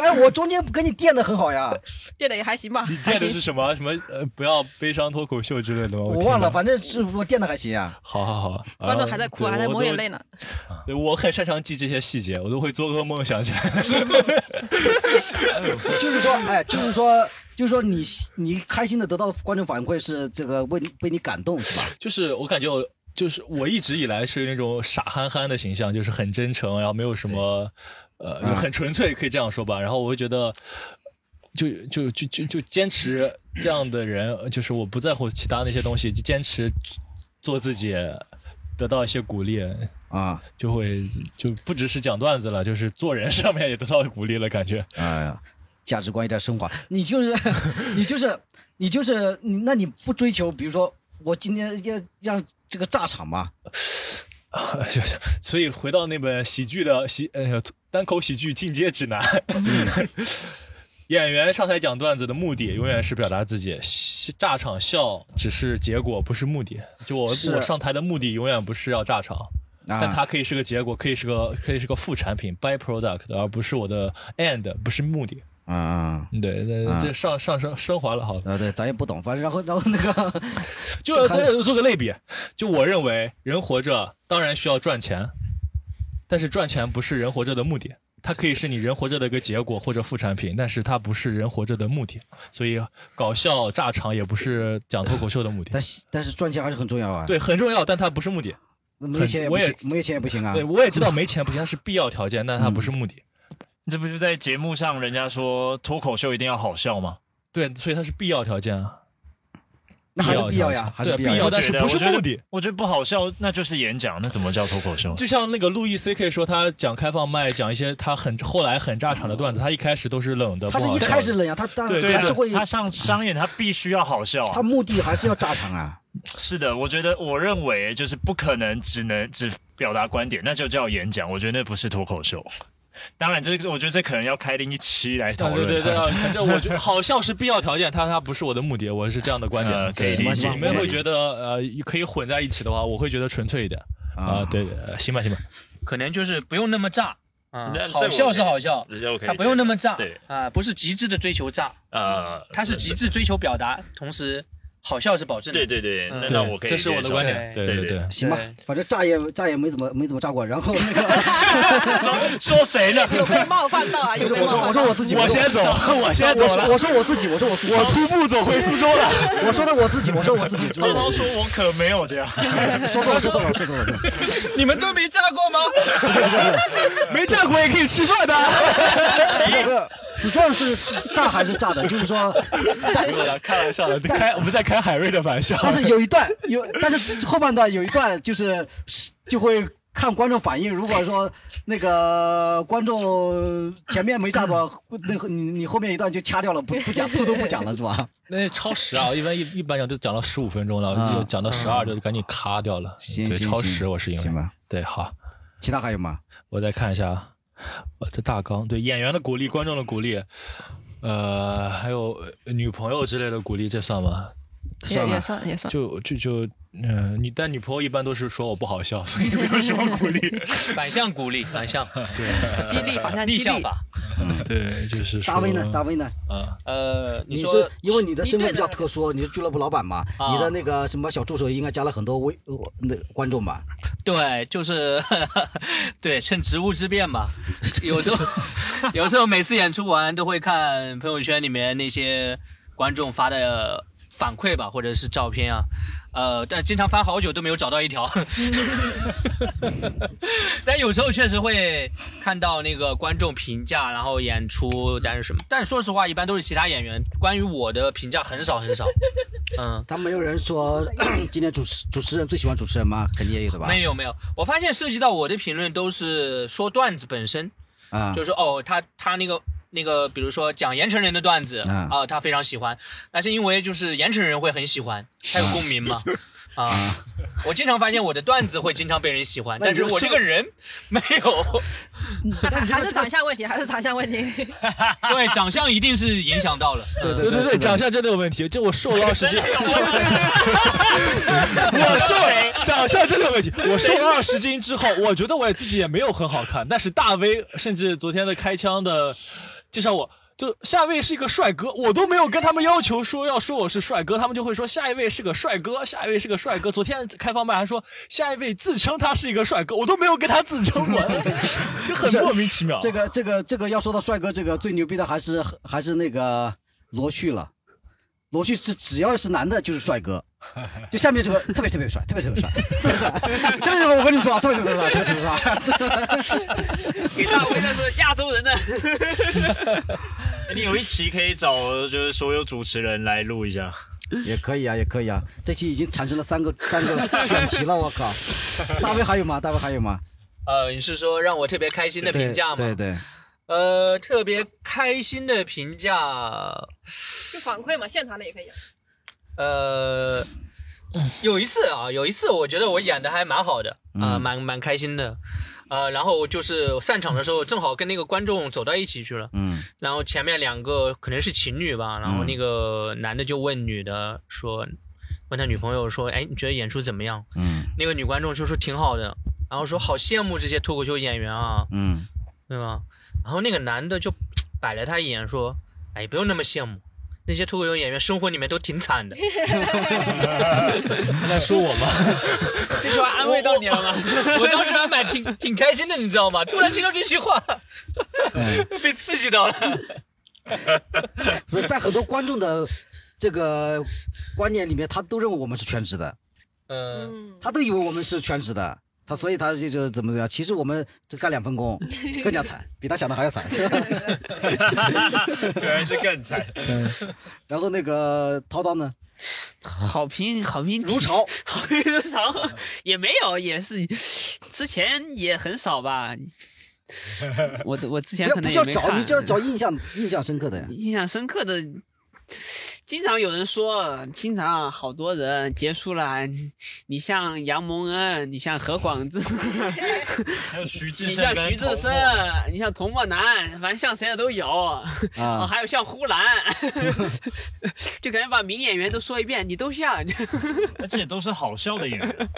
哎，我中间跟你垫的很好呀，
变得也还行吧。
念的是什么什么呃，不要悲伤脱口秀之类的吗？
我
听
忘了，。反正是我垫的还行啊
[LAUGHS]
呀。
好好好，
观众还在哭，啊
然
还
后
在抹眼
啊对
泪。
我
呢。
都对我很擅长记这些细节，我都会做噩梦想起来。 [LAUGHS]
就是说，哎，就是说，就是说你你开心的得到观众反馈是这个为你被你感动是吧？
就是我感觉我。就是我一直以来是那种傻憨憨的形象，就是很真诚，然后没有什么，呃，
嗯
很纯粹，可以这样说吧。然后我会觉得，就就就就就坚持这样的人，呃就是我不在乎其他那些东西，就坚持做自己，得到一些鼓励，
啊，
就会就不只是讲段子了，就是做人上面也得到鼓励了，感觉。
哎呀，价值观有点升华。你就是你就是你就是你，那你不追求，比如说我今天要让这个炸场吧？
[LAUGHS] 就是所以回到那本喜剧的喜呃单口喜剧进阶指南，演员上台讲段子的目的永远是表达自己，笑炸场笑只是结果，不是目的。就我
是
我上台的目的永远不是要炸场，但
啊，
它可以是个结果，可以是个可以是个副产品 （by product），而不是我的 end，不是目的。
啊啊
对，那这上上升升华了，好的。
啊，对，咱也不懂，反正然后然后那个
就
还
咱做个类比，就我认为人活着当然需要赚钱，但是赚钱不是人活着的目的，它可以是你人活着的一个结果或者副产品，但是它不是人活着的目的。所以搞笑炸场也不是讲脱口秀的目的
但，是但是赚钱还是很重要啊。，
对，很重要，但它不是目的。
没钱也不
我也
行，没钱也不行啊嗯
对，。我也知道没钱不行，它是必要条件，但它不是目的。
这不就在节目上人家说脱口秀一定要好笑吗？
对，所以它是必要条件啊，
那还是必要
条
呀
件，
还是
对
呀
必要但是
我觉得
不是目的。
我觉得不好笑，那就是演讲，那怎么叫脱口秀？
就像那个路易 C K 说，他讲开放麦，讲一些他很后来很炸场的段子，他一开始都是冷的，
他是
不好
一
笑
开
的
始冷呀，他啊他
对
还是会，
啊他上商演，他必须要好笑、
他
啊。
目的还是要炸场啊。
是的，我觉得，我认为就是不可能只能只表达观点，那就叫演讲。我觉得那不是脱口秀。当然，这个我觉得这可能要开另一期来讨
啊对对
论。
对对，反正我觉得好笑是必要条件，它它不是我的目的，我是这样的观点。
呃，可
对
以
什么
理
什
解。
么
你们会觉
得
得呃可以混在一起的话，我会觉得纯粹一点啊、
啊
对，呃行吧行吧，
可能就是不用那么炸啊
那，
好笑是好笑，它不用那么炸
对
啊，不是极致的追求炸，
啊
呃，
它是极致追求表达，同时好笑是保证的。
对对对，那
嗯
那我可以
这是我的观点，
对
对对
对
对。
行吧
对，
反正炸也炸也没怎么没怎么炸过，然后那个。
说谁呢？
有被冒犯到啊？有被
我
冒
说
犯
我
到
说我自己，
我
说
先走， [LAUGHS] 我先走
我说
了，
我说我自己，我说我自己，我
徒步走回苏州了。
我说的我自己，我说我自己，
涛
说的我
涛
自
说
己，：“
[LAUGHS] 我可没有这样。
说错了，说错了，说错了，说错了。
你们都没炸过吗？
没炸过也可以吃饭的。
不是不是，死壮是炸还是炸的？就是说，
没有了，开玩笑的，开我们在开海瑞的玩笑。
但是有一段有，但是后半段有一段就是就会看观众反应，如果说那个观众前面没炸到，那个你你后面一段就掐掉了，不不讲，吐都不讲了是吧？
[LAUGHS] 那超时啊，一般一一般讲就讲到十五分钟了，
啊
就讲到十二就赶紧咔掉了。
行
对，
行
超
行
时我是因
行
为
吧
对好，
其他还有吗？
我再看一下啊，我这大纲对演员的鼓励，观众的鼓励，呃，还有呃女朋友之类的鼓励，这算吗？
也
算了
也，算也
[LAUGHS]
算。
就就就，嗯、你但女朋友一般都是说我不好笑，所以没有什么鼓励。
反向鼓励，反向
激励反向
逆
激
向
励，
法。
对，就是说
大卫呢？大卫呢？
啊，
呃，你
你
说
是因为你的身份比较特殊，你是俱乐部老板嘛，
啊
你的那个什么小助手应该加了很多微呃那观众吧？
对，就是对，趁职务之便吧。有时候，有时候每次演出完都会看朋友圈里面那些观众发的反馈吧，或者是照片啊。呃，但经常翻好久都没有找到一条。 [LAUGHS] 但有时候确实会看到那个观众评价，然后演出，但是什么？但说实话，一般都是其他演员关于我的评价很少很少。嗯。
他没有人说 [COUGHS] 今天主持主持人最喜欢主持人吗？肯定也有的吧？
没有没有，我发现涉及到我的评论都是说段子本身，
啊
就是哦，他他那个那个，比如说讲盐城人的段子
嗯
啊、他非常喜欢，那是因为就是盐城人会很喜欢，他有共鸣嘛。 [LAUGHS] 啊，我经常发现我的段子会经常被人喜欢，
那
但
你就是
我这个人没有。
[LAUGHS]
还 [LAUGHS] 还是长相问题，还是长相问题。
对，长相一定是影响到了。对
对对对，长相真的有问题，就我瘦了二十斤， [LAUGHS] 我瘦长相真的有问题，我瘦了二十斤之后，我觉得我也自己也没有很好看，但是大 V 甚至昨天的开枪的介绍我。就下一位是一个帅哥，我都没有跟他们要求说要说我是帅哥，他们就会说下一位是个帅哥，下一位是个帅哥。昨天开放麦还说下一位自称他是一个帅哥，我都没有跟他自称过，就很莫名其妙。
这个这个这个要说到帅哥，这个最牛逼的还是还是那个罗旭了。罗旭是只要是男的就是帅哥，就下面这个特别特别帅，特别特别帅，特别帅。这个我跟你们说啊，特别特别帅，特别特别帅。[LAUGHS]
[LAUGHS] 给大卫那是亚洲人的，
[LAUGHS] 你有一期可以找就是所有主持人来录一下。
也可以啊，也可以啊。这期已经产生了三个三个选题了，我靠！大卫还有吗？大卫还有吗？
呃，你是说让我特别开心的评价吗？
对对，
呃，特别开心的评价，
[LAUGHS] 就反馈嘛，现场的也可以。
呃，有一次啊，有一次我觉得我演的还蛮好的
嗯
啊、蛮蛮开心的。呃，然后就是散场的时候，正好跟那个观众走到一起去了。
嗯
然后前面两个可能是情侣吧，然后那个男的就问女的说，问他女朋友说，哎，你觉得演出怎么样？
嗯
那个女观众就说挺好的，然后说好羡慕这些脱口秀演员啊，
嗯
对吧？然后那个男的就摆了他一眼，说：“哎，不用那么羡慕，那些脱口秀演员生活里面都挺惨的。
他在说我吗？
这句话安慰到你了吗？”
我 [LAUGHS] 当时还蛮挺挺开心的，你知道吗？突然听到这句话，
嗯，
[LAUGHS] 被刺激到了。
所以在很多观众的这个观念里面，他都认为我们是全职的，
嗯，
嗯，
他都以为我们是全职的，他所以他就就怎么怎么样。其实我们就干两份工，更加惨，比他想的还要惨。是吧
原来是更惨。
嗯然后那个涛涛呢，
好评好评
如潮，
[LAUGHS] 好评如潮，也没有，也是之前也很少
[LAUGHS]
吧。我我之
不
前
要不
可能
需
也
要
没
找，
看，
你就要找印象印象深刻的。
印象深刻的，经常有人说，经常好多人结束了，你像杨蒙恩，你像何
[LAUGHS]
广智，
[LAUGHS] 还有徐志
你
胜
像
跟
徐志胜
童梦，
你像童漠南，反正像谁的都有。
啊
[LAUGHS] 哦，还有像呼兰，就感觉把名演员都说一遍，你都像，
而且都是好笑的演员。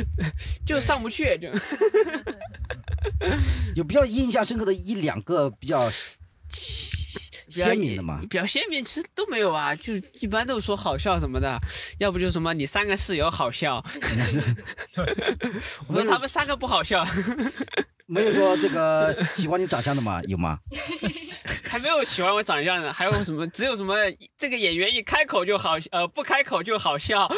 [LAUGHS]
就上不去，就
有比较印象深刻的一两个比较鲜明的嘛？
比较鲜明，其实都没有啊，就一般都说好笑什么的，要不就什么你三个室友好
[LAUGHS]
笑，我说他们三个不好笑，
没有说这个喜欢你长相的吗？ [LAUGHS] 有吗？
还没有喜欢我长相的，还有什么？只有什么这个演员一开口就好，呃，不开口就好笑。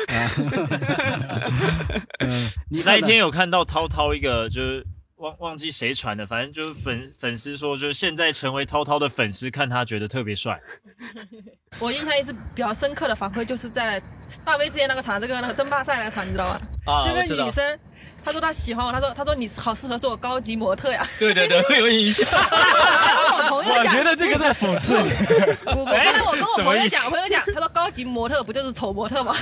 嗯，你
那
看
一
呢
天有看到涛涛一个就是。忘忘记谁传的，反正就是粉粉丝说，就是现在成为涛涛的粉丝，看他觉得特别 [LAUGHS] 帅。
我印象一直比较深刻的反馈就是在大威之前那个场，这个那个争霸赛那个场，你知道吧？
啊
这
我知
个
道
女生他说他喜欢我，他说他说你好适合做高级模特呀。
对对对，会有影响。
我跟我朋友讲，
我觉得这个在讽刺你。哎
我我后来我跟我
什么
朋友
意思
讲，我朋友讲，他说高级模特不就是丑模特吗？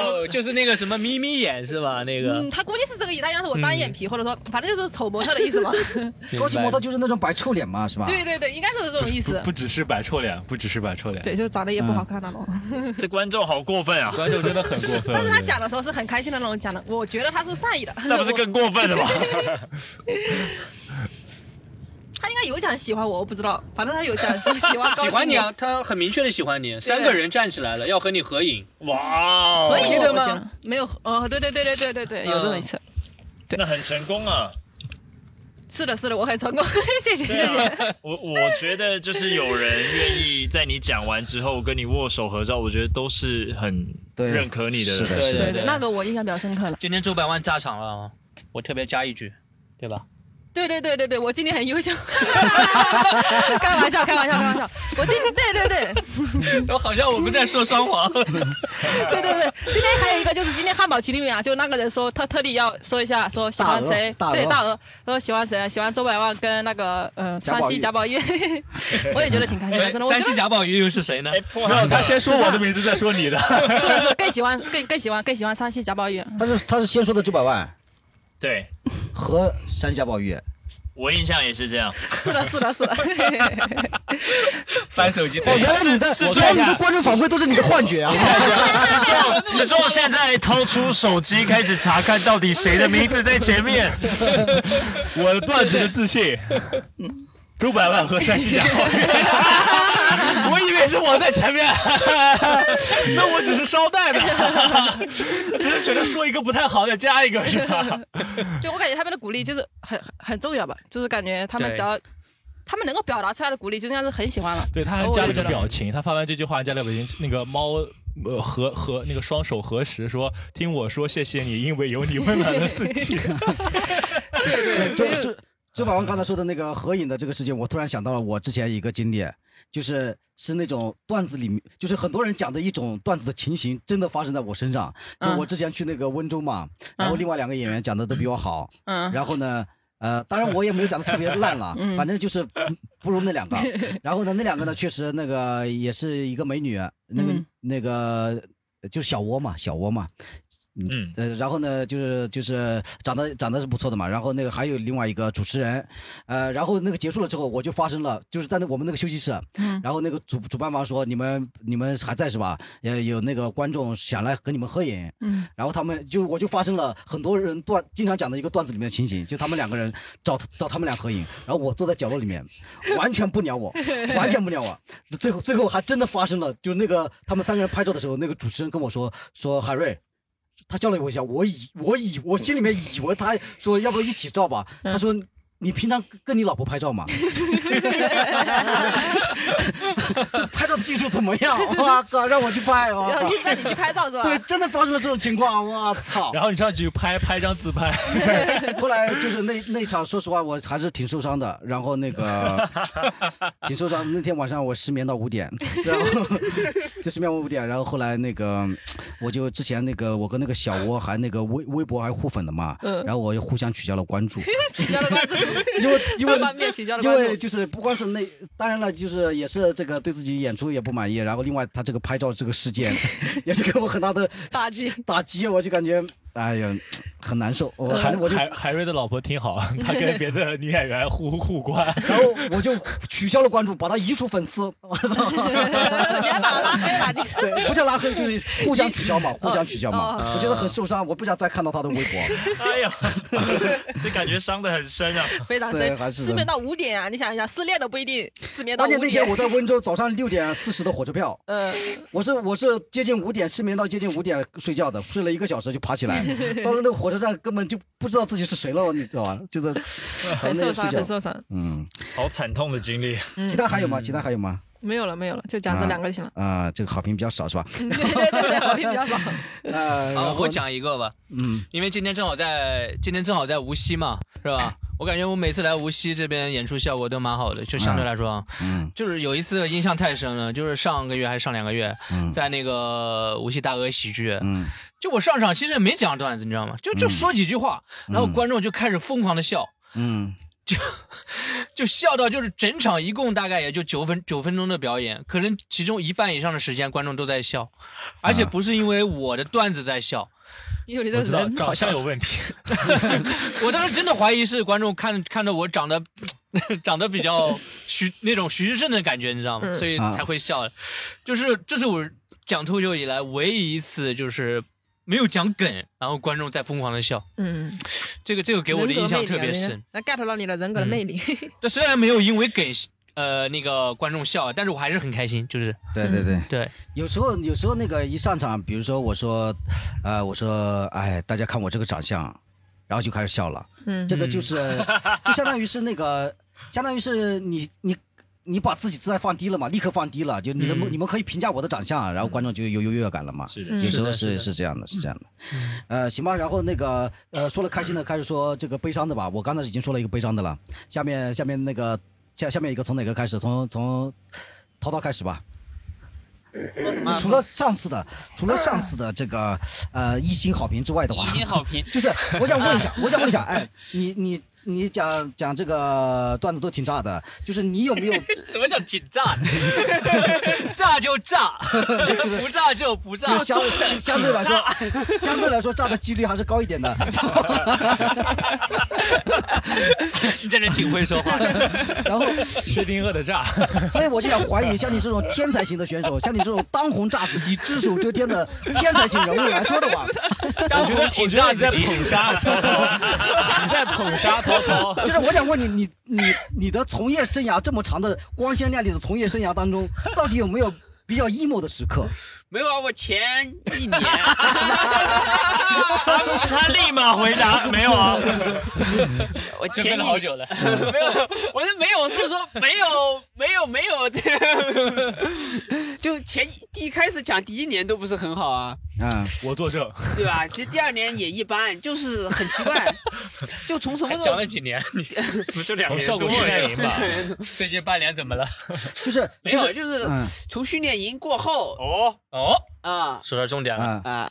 哦，就是那个什么眯眯眼是吧？那个
嗯，他估计是这个意思，他应该是我单眼皮，或者
嗯
说反正就是丑模特的
[LAUGHS]
意思嘛。
高级模特就是那种白臭脸嘛，是吧？
对对对，应该是这种意思
不。只是摆臭脸，不只是摆臭脸，
对，就长得也不好看那种。
嗯这观众好过分啊！
观众真的很过分。
但是
我
他
觉得
讲的时候是很开心的那种讲的，我觉得他是善意的。
那不是更过分了 [LAUGHS] 吗？
他应该有讲喜欢我，我不知道，反正他有讲说喜
[LAUGHS]
欢高级。
喜欢你啊，他很明确的喜欢你，三个人站起来了要和你合影，
哇
模特！
哦，
所以
记
我
得
我
吗
觉得没有哦，对对对对对对对，有这么一次。
那很成功啊！
是的，是的，我很成功， [LAUGHS] 谢谢谢谢。
我我觉得就是有人愿意在你讲完之后跟你握手合照，我觉得都是很
对
认可你的。
是的，
对
是
对
的。
对，那个我印象比较深刻了。
今天周百万炸场了啊，我特别加一句，对吧？
对对对对对，我今天很优秀。 [LAUGHS] 开玩笑，开玩笑，开玩笑。我今对对对
我好像我们在说双 [LAUGHS] 簧，
对对对，今天还有一个就是今天汉堡群里面啊，就那个人说他特地要说一下，说喜欢谁，
大鹅大鹅
对大鹅，说喜欢谁，喜欢周百万跟那个呃
贾宝
山
玉
西贾宝玉， [LAUGHS] 我也觉得挺开心的，真的，我
山
觉
西
得
贾宝玉又是谁呢
哎，？破
没有，
案
哦他
的
先说我的名字，再说你的。
是不是更喜欢更更喜欢更喜欢山西贾宝玉？
他是他是先说的九百万
[LAUGHS] 对
和山西贾宝玉，
我印象也是这样。 [LAUGHS]
是的，是的，是
[LAUGHS]
的。
翻手机，
哦，原来你的
是
原
这
来
样
你
[LAUGHS]
的观众反馈都是你的幻觉啊！
石仲，石仲现在掏出手机开始查看到底谁的名字在前面。
[LAUGHS] 我的段子的自 [LAUGHS] 信，周百万和山西贾宝玉，我以为是我在前面， [LAUGHS] 那我只是捎带的， [LAUGHS] 只是觉得说一个不太好，再加一个是吧？
对我感觉他们的鼓励就是很很很重要吧，就是感觉他们
对
只要他们能够表达出来的鼓励，就应该是很喜欢了。
[LAUGHS] 对他还
我
加
也
了个
觉得
表情，他发完这句话还加了个表情，那个猫。呃，合合那个双手合十，说听我说，谢谢你，因为有你温暖了四季。 [LAUGHS]
对
周
对，就
周周宝万刚才说的那个合影的这个事情，我突然想到了我之前一个经历，就是是那种段子里面，就是很多人讲的一种段子的情形，真的发生在我身上。就
嗯
我之前去那个温州嘛，然
嗯
后另外两个演员讲的都比我好，
嗯
然后呢。呃，当然我也没有讲的特别
[LAUGHS]
烂了，反正就是嗯不如那两个。然后呢，那两个呢，确实那个也是一个美女，那个、
嗯
那个就是小窝嘛，小窝嘛，
嗯，
呃，然后呢，就是就是长得长得是不错的嘛，然后那个还有另外一个主持人，呃，然后那个结束了之后，我就发生了，就是在那我们那个休息室，
嗯
然后那个主主办方说你们你们还在是吧？呃，有那个观众想来和你们合影，
嗯，
然后他们就我就发生了很多人段经常讲的一个段子里面的情形，就他们两个人找找他们俩合影，然后我坐在角落里面，完全不鸟我，完全不鸟我。最后最后还真的发生了，就那个他们三个人拍照的时候，那个主持人跟我说说海瑞。他叫了我一下，我以我以我心里面以为他说要不要一起照吧，他说你平常跟跟你老婆拍照吗？ [LAUGHS] 这拍照的技术怎么样？哇靠，让我去拍啊！
然后一直让你去拍照是吧？
对，真的发生了这种情况，我操！
然后你上去拍拍张自拍，
后来就是那那场，说实话，我还是挺受伤的。然后那个挺受伤，那天晚上我失眠到五点，
[LAUGHS]
然后就失眠到五点。然后后来那个，我就之前那个我跟那个小窝还那个微微博还互粉的嘛，
嗯
然后我又互相取消了关
[LAUGHS]
注，
取消了关注，
[LAUGHS] 因为因
各
为
方面取消了
因
关
为
注。
就是不光是那，当然了，就是也是这个对自己演出也不满意，然后另外他这个拍照这个事
[LAUGHS]
件，也是给我很大的
打击
打击，我就感觉哎呀很难受，我反
海
正我就
海海瑞的老婆挺好，
[LAUGHS]
她跟别的女演员互互关。
然后我就取消了关注，把他移除
[LAUGHS]
粉丝，
[LAUGHS] 你还把他拉黑了，
[LAUGHS]
你
对，不叫拉黑，就是互相取消嘛，互相取消嘛
哦，
我觉得很受伤，我不想再看到他的微
[LAUGHS]
博，
哎呀， [LAUGHS] 这感觉伤得很深啊！
非常
对还
深，
是的
失眠到五点啊！你想一下，失恋都不一定失眠到
关键
五
那天
点
我。在温州早上六点四十的火车票，
嗯，
我是我是接近五点失眠到接近五点睡觉的，睡了一个小时就爬起来，到了那个火车站根本就不知道自己是谁了，你知道吧？
[LAUGHS]
就是还
很
在那
受伤，
里睡
很
觉。
受嗯伤。
嗯，
好惨痛的经历。
其他还有吗？其他还有吗？
没有了，没有了，就讲这两个就行了。
啊，这个好评比较少是吧？
[LAUGHS] 对对对对，好评 [LAUGHS] 比较少。
呃，然
啊，
后
我，讲一个吧，
嗯，哎
因为今天正好在今天正好在无锡嘛，是吧？我感觉我每次来无锡这边演出效果都蛮好的，就相对来说啊，
嗯
就是有一次印象太深了，就是上个月还是上两个月，
嗯
在那个无锡大鹅喜剧，
嗯
就我上场其实也没讲段子，你知道吗？就就说几句话，然后观众就开始疯狂的笑，
嗯
就笑到就是整场一共大概也就九分九分钟的表演，可能其中一半以上的时间观众都在笑，而
啊
且不是因为我的段子在笑，
因为你
我
的
知道
人
长相有问题，
[LAUGHS] 我当时真的怀疑是观众看看着我长得长得比较徐那种徐志胜的感觉，你知道吗？
嗯
所以
啊
才会笑。就是这是我讲脱口秀以来唯一一次就是没有讲梗，然后观众在疯狂的笑，
嗯，
这个这个给我的
人格
印象
魅力
特
啊
别
人家
深。
那 get 到你的人格的
嗯
魅力。
这虽然没有因为梗呃那个观众笑，但是我还是很开心，就是
对对对。
[LAUGHS]
对，
有时候，有时候那个一上场，比如说我说，呃，我说，哎，大家看我这个长相，然后就开始笑了。
嗯
这个就是，就相当于是那个，相当于是你你你把自己姿态放低了嘛，立刻放低了，就你的、
嗯
你们可以评价我的长相，然后观众就有优越感了嘛。
是
嗯
有时候
是的
是
嗯是的
是这样的，是这样的。呃，行吧，然后那个呃，说了开心的，开始说这个悲伤的吧。我刚才已经说了一个悲伤的了，下面下面那个下下面一个从哪个开始？从从涛涛开始吧。除了上次的，除了上次的这个呃一星好评之外的话，
一星好评
[LAUGHS]
就是我想问一下，我想问一下，哎，你你你讲讲这个段子都挺炸的，就是
[LAUGHS]
你有没有
什么叫紧张？
炸就炸，不炸就不炸
就。相相相对来说，相对来说炸的几率还是高一
[LAUGHS]
点的。
你真的挺会说话的，
然后，
薛定谔的炸，
[LAUGHS] 所以我就想怀疑，像你这种天才型的选手，像你这种当红炸子鸡、只手遮天的天才型人物来说的话，
当
[LAUGHS] 我
红挺
觉得
炸
你
自
在
己。
捧
[LAUGHS]
杀曹操， [LAUGHS] 你在捧杀曹操。
就是我想问你，你你你的从业生涯这么长的光鲜亮丽的从业生涯当中，到底有没有比较 emo 的时刻？
没有啊，我前一 [LAUGHS] 年
他立马回
[LAUGHS]
答没有啊，
我前一
跟了好
年
[LAUGHS]
久了，
没有，我是没有是说没有没有没有这个， [LAUGHS] 就前一第一开始讲第一年都不是很好啊，
嗯，
我作证。
对吧？其实第二年也一般，就是很奇怪，就从什么时
讲
候
了几年，你不就两
从
年
效果
多
训练营吧，
[LAUGHS] 最近半年怎么了？
就是
没有，就是
嗯
从训练营过后
哦哦，
啊
说到重点了。
啊
啊，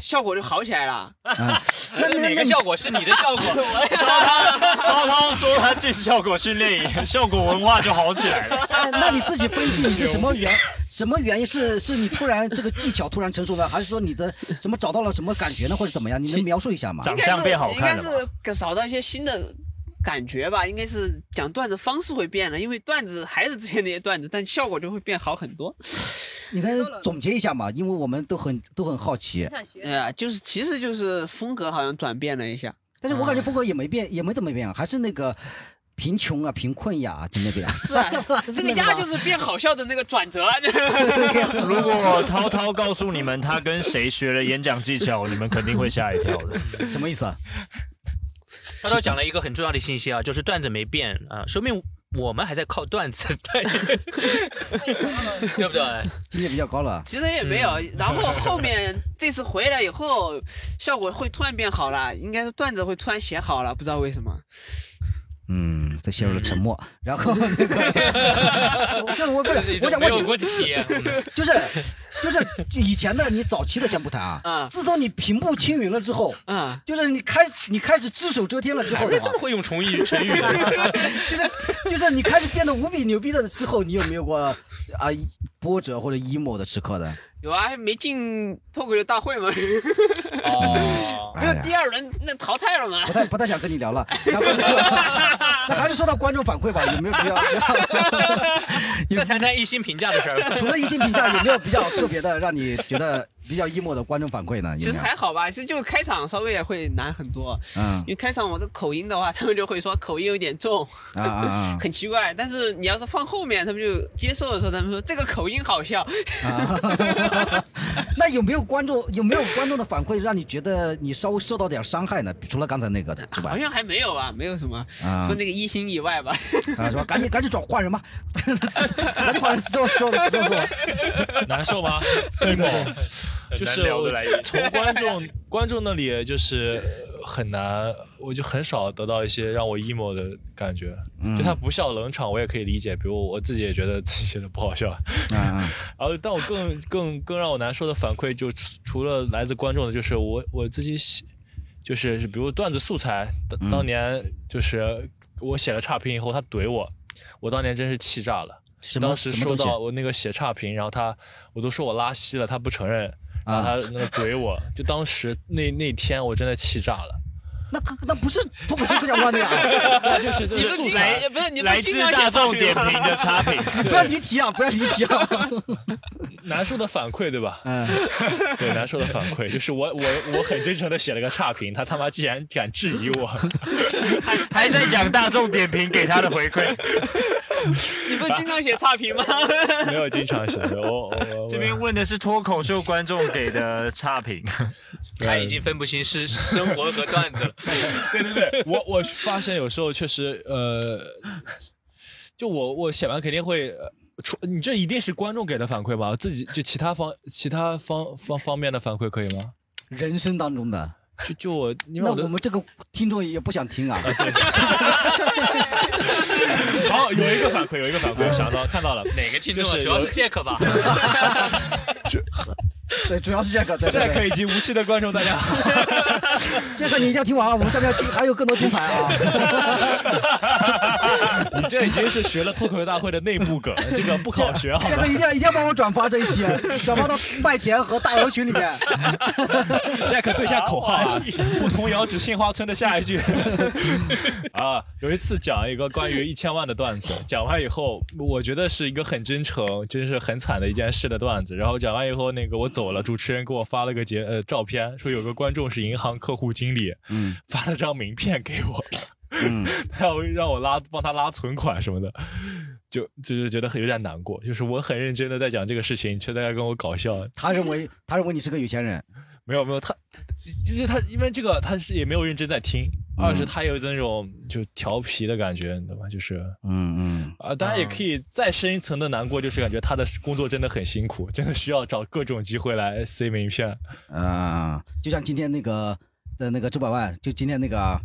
效果就好起来了。
啊，那
是
那
哪
那
个
你
效果是你的
[LAUGHS]
效果？
涛涛说他进效果训练营，效果文化就好起来了。
哎，那你自己分析你是什么 [LAUGHS] 原什么原因？是是你突然这个技巧突然成熟了，还是说你的什么找到了什么感觉呢，或者怎么样？你能描述一下吗？
长
应该
相
是
变好
应该
看了吧？
是找到一些新的感觉吧。应该是讲段子方式会变了，因为段子还是之前那些段子，但效果就会变好很多。
你能总结一下吗？因为我们都很都很好奇。
想学。
对啊，就是其实就是风格好像转变了一下。
但是我感觉风格也没变，也没怎么变啊，还是那个贫穷啊、贫困呀、就 [LAUGHS] 那边。
[LAUGHS]
是啊，可是人家就是变好笑的那个转折啊。
如果涛涛告诉你们他跟谁学了演讲技巧，你们肯定会吓一跳的。
什么意思啊？
他倒讲了一个很重要的信息啊，就是段子没变啊，说明我们还在靠段 [LAUGHS] 子，对对不对？
境界比较高了。
其实也没有，然后后面这次回来以后，效果会突然变好了，应该是段子会突然写好了，不知道为什么。
嗯，这陷入了沉默。嗯然后那个， [LAUGHS] 我就是我不
就是已
是，
经
我想
没
问
有
你，
问题，
[LAUGHS]
嗯
就是就是以前的你早期的先不谈啊
嗯，
自从你平步青云了之后，
啊、
就是你开你开始只手遮天了之后的话
这，么会用成语成语， [LAUGHS]
[LAUGHS] 就是就是你开始变得无比牛逼的之后，你有没有过啊波折或者 emo 的时刻的？
有啊，还没进脱口秀大会嘛，
哦，
不
哎
是
呀
[LAUGHS]
哎
第二轮那淘汰了吗
不？太不太想跟你聊了，然后那个 [LAUGHS] 那还是说到观众反馈吧，有没有比较？ [LAUGHS]
再谈谈一星评价的事儿
[LAUGHS]
吧。
除了一星评价，有没有比较特别的让你觉得比较 emo 的观众反馈呢？
其
有
实
没有？
还好吧，其实就开场稍微也会难很多，
嗯
因为开场我这口音的话，他们就会说口音有点重，
啊啊
很奇怪。但是你要是放后面，他们就接受的时候，他们说这个口音好笑，
啊啊！ [LAUGHS] 那有没有观众有没有观众的反馈让你觉得你稍微受到点伤害呢？除了刚才那个的，是吧
好？
哎
像还没有吧，没有什么，
啊
除了那个一星以外吧。
啊，是
[LAUGHS]
吧？赶紧赶紧转换人吧， [LAUGHS] 赶紧换人，stop stop
[LAUGHS]
stop。
难受
[LAUGHS]
吗？emo，就是
难聊的来源
从观众观众那里就是呃很难，我就很少得到一些让我 emo 的感觉。
嗯
就他不笑冷场，我也可以理解，比如我自己也觉得自己写的不好笑。
啊，
然后，呃但我更更更让我难受的反馈就除除了来自观众的，就是我我自己写，就是比如段子素材，当
嗯
当年就是我写了差评以后，他怼我，我当年真是气炸了。
什么
当时
什么
收
东西？
到我那个写差评，然后他我都说我拉稀了，他不承认，然后
啊
他那个怼我，就当时那那天我真的气炸
[LAUGHS]
了。
那可那不是脱口秀最讲话
[LAUGHS]
的呀！
就是就
你是
是
经
来
常不是你不
来
是
自
经常写
大众
话
点
吗
评的差评，
不要离题啊！不要离题啊！ [LAUGHS]
难受的反馈，对吧？ [LAUGHS]
嗯，
对，难受的反馈就是我我我很真诚的写了个差评，他他妈竟然敢质疑我，
还在讲大众点评给他的回
[LAUGHS]
馈。
你不是经常写差评吗？
[LAUGHS] 没有经常写，我我我
这边问的是脱口秀观众给的差
[LAUGHS]
评，
他已经分不清是生活和
[LAUGHS]
段子了。
对对对，我我发现有时候确实，呃，就我我写完肯定会。呃出你这一定是观众给的反馈吧？自己就其他方其他方方方面的反馈可以吗？
人生当中的，
就就我因为
那
我的
我们这个听众也不想
[LAUGHS]
听啊。
好有一个反馈有一个反馈，我想到看到了，
哪个听众啊？
就是
主要是
[LAUGHS]
Jack 吧？
对，主要是这个，对
[LAUGHS] 这
对
个可
对，
以及无锡的观众大家好。
这个你一定要听完啊！我们下面精还有更多精彩
[LAUGHS]
啊！
你这已经是学了脱口秀大会的内部梗，这个不好学好啊
这
吗
个？一定要一定要帮我转发这一
[LAUGHS]
期，转发到麦田和大姚群里面。
[LAUGHS] Jack 对下口号啊，不同遥指杏花村的下一句 [LAUGHS] 啊。有一次讲一个关于一千万的段子，讲完以后，我觉得是一个很真诚，真是很惨的一件事的段子。然后讲完以后，那个我走了，主持人给我发了个截呃照片，说有个观众是银行客户经理，
嗯
发了张名片给我， [LAUGHS]
嗯，
让我让我拉帮他拉存款什么的。就就是觉得很有点难过，就是我很认真的在讲这个事情，你却在跟我搞笑，
他认为他认为你是个有钱人，
没有没有，他因为他因为这个他是也没有认真在听，
嗯
二是他有那种就调皮的感觉，你懂吧？就是
嗯嗯，
啊，当然也可以再深一层的难过，就是感觉他的工作真的很辛苦，真的需要找各种机会来塞名片。
啊，就像今天那个的那个周百万，就今天那个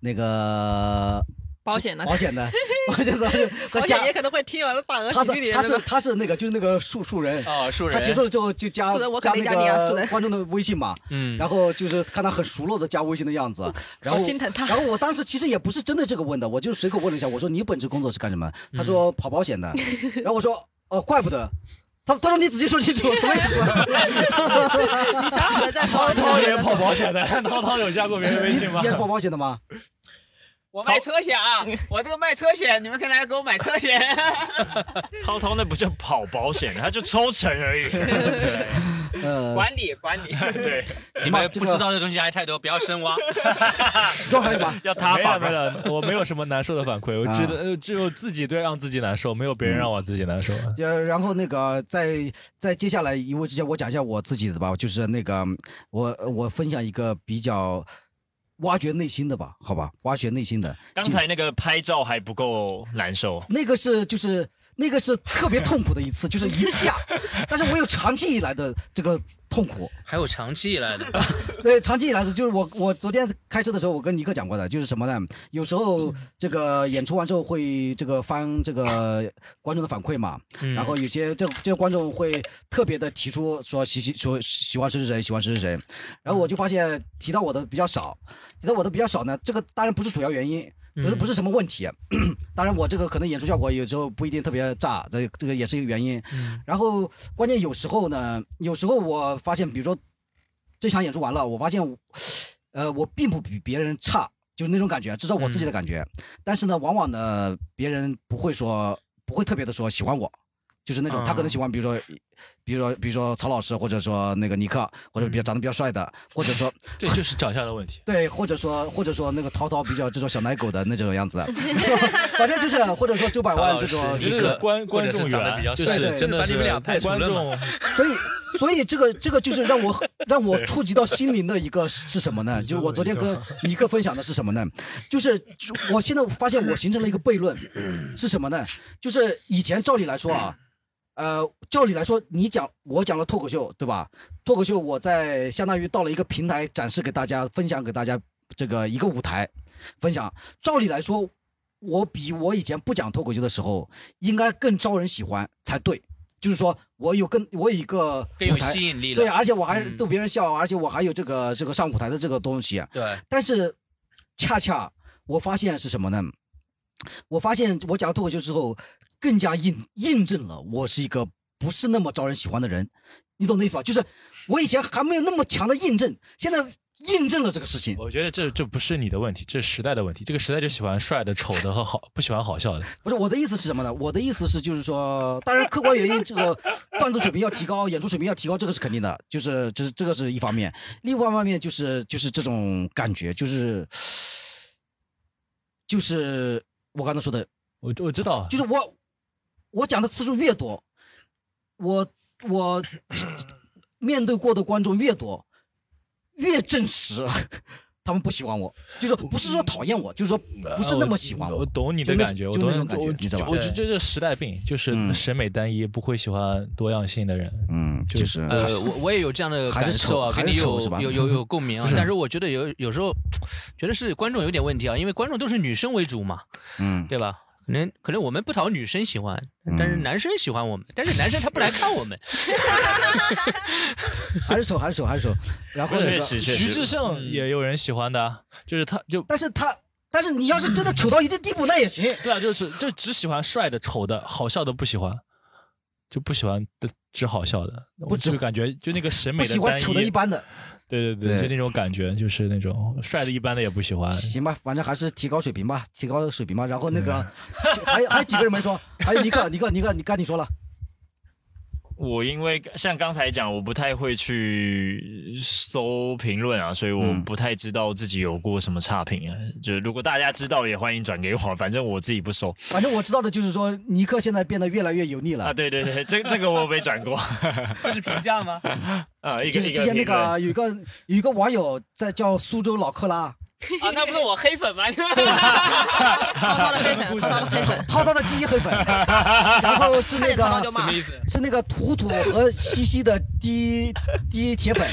那个
保险呢？
保
[LAUGHS]
险的，保险的，
保
他
险
加
也可能会听完了反而
他
喜剧
的
里
他
面
是他是那个就是那个树树人。
哦，树人。
他结束了之后就加
是的我
加
肯
那
定加你啊是
个
的
观众的微信嘛，
嗯，
然后就是看他很熟络的加微信的样子，然
嗯好
后
心疼他
然后我当时其实也不是针对这个问的，我就是随口问了一下，我说你本职工作是干什么？
嗯
他说跑
[LAUGHS]
保险的，然后我说哦，怪不得。他他说你仔细说清
[LAUGHS]
楚什么意思？
你想好了再说。
涛涛也跑
险。
保险的，涛涛有加过别人微信吗
你？也是跑保险的吗？
[LAUGHS] 我卖车险 [LAUGHS] 啊，我这个卖车险，你们可以来给我买车 [LAUGHS] 险。
涛涛
[LAUGHS]
那不叫跑保
[LAUGHS]
险，他就抽成而已。
呃，
管理管 [LAUGHS] 理，
对，
你们不知道的东西还太多，不要深挖。
装还有吗？
要他反
没
了。
了没了，我没有什么难受的反馈，我
啊
只得只有自己对让自己难受，没有
嗯
别人让我自己难受。
呃，然后那个在在接下来一位之前，我讲一下我自己的吧，就是那个我我分享一个比较挖掘内心的吧，好吧，挖掘内心的，
刚才那个拍照还不够难受，
那个是就是那个是特别痛苦的一次，就是一下，但是我有长期以来的这个痛苦，
还有长期以来的， [LAUGHS]
对，长期以来的就是我我昨天开车的时候，我跟尼克讲过的，就是什么呢？有时候这个演出完之后会这个翻这个观众的反馈嘛，然后有些这这些观众会特别的提出说喜喜说喜欢谁谁谁，喜欢谁谁谁，然后我就发现提到我的比较少，提到我的比较少呢，这个当然不是主要原因。不是不是什么问题， [CLEARS THROAT] 当然我这个可能演出效果有时候不一定特别炸，这这个也是一个原因。然后关键有时候呢，有时候我发现，比如说这场演出完了，我发现我，呃，我并不比别人差，就是那种感觉，至少我自己的感觉。但是呢，往往呢，别人不会说，不会特别的说喜欢我，就是那种、他可能喜欢，比如说，比如说，比如说曹老师，或者说那个尼克，或者比较长得比较帅的，或者说
这就是长相的问题。
对，或者说或者说那个淘淘比较这种小奶狗的那种样子，反正就是或者说周百万这
曹老
种，
师
就
就是是观
或
观
者是
众
长得比较
缘，就
帅的
是真的
把你
是
们俩排除
观
了嘛
众
所以，所以这个这个就是让我很让我触及到心灵的一个是是什么呢？就是我昨天跟尼克分享的是什么呢？就是就我现在发现我形成了一个悖论，是什么呢？就是以前照理来说啊，呃，照理来说你讲我讲了脱口秀，对吧？脱口秀我在相当于到了一个平台展示给大家，分享给大家，这个一个舞台分享。照理来说，我比我以前不讲脱口秀的时候，应该更招人喜欢才对。就是说我有更我有一个
更有
舞台
吸引力了嗯
对，而且我还逗别人笑，而且我还有这个这个上舞台的这个东西。啊
对，
但是恰恰我发现是什么呢？我发现我讲脱口秀之后，更加印印证了我是一个不是那么招人喜欢的人，你懂那意思吧？就是我以前还没有那么强的印证，现在印证了这个事情。
我觉得这这不是你的问题，这是时代的问题。这个时代就喜欢帅的、丑的和好，不喜欢好笑的。
不是我的意思是什么呢？我的意思是，就是说，当然客观原因，这个伴奏水平要提高，演出水平要提高，这个是肯定的，就是这是这个是一方面，另外一方面就是就是这种感觉，就是就是我刚才说的，
我我知道，
就是我我讲的次数越多，我我面对过的观众越多，越证实 [LAUGHS] 他们不喜欢我，就是说不是说讨厌我，就是说不是那么喜欢
呃我懂你的
就那
感觉，
就
我
那
懂
种感觉
我
你知道吧
我就觉得这时代病，就是审美单一，不会喜欢多样性的人。
嗯，
就是
呃，我我也有这样的
还是
感受啊，
丑
跟
还
你
是丑
有
是吧
有有有共鸣啊
不。是
[LAUGHS] 但是我觉得有有时候，觉得是观众有点问题啊，因为观众都是女生为主嘛，
嗯，
对吧？可能可能我们不讨女生喜欢，
嗯
但是男生喜欢我们，但是男生他不来看我们。
还是手， [LAUGHS] 还是手，还是手。然后那个
确实确
徐
实
志，胜
嗯
也有人喜欢的啊，就是他就
但是他，但是你要是真的丑到一定地步，那也 [LAUGHS] 行。
对啊，就是就只喜欢帅的、丑的，好笑的不喜欢，就不喜欢的只好笑的。我
只
就感觉就那个审
不
美的
喜欢
单
丑的一般的，
对对对，
对
就那种感觉，就是那种帅的一般的也不喜
[LAUGHS]
欢。
行吧，反正还是提高水平吧，提高水平吧。然后那个， [LAUGHS] 还有还有几个人没说，还有尼克，尼克，尼克，你该你说了。
我因为像刚才讲，我不太会去搜评论啊，所以我
嗯
不太知道自己有过什么差评啊。就如果大家知道，也欢迎转给我，反正我自己不收
反正我知道的就是说，尼克现在变得越来越油腻
啊。
了。
对对对，这这个我有被转
[LAUGHS]
过
这是评价吗？
啊，一
就
个
是
一
之
个
前那
评论
个有一个有一个网友在叫苏州老克拉，
啊，那不是我黑粉 [LAUGHS] 吗？
掏到了黑粉，掏到了黑粉，
涛涛的第一黑 [LAUGHS] 粉，然后是
看
那
见涛涛就
个
骂。
是那个图图和西西的第一 [LAUGHS] 第一铁粉，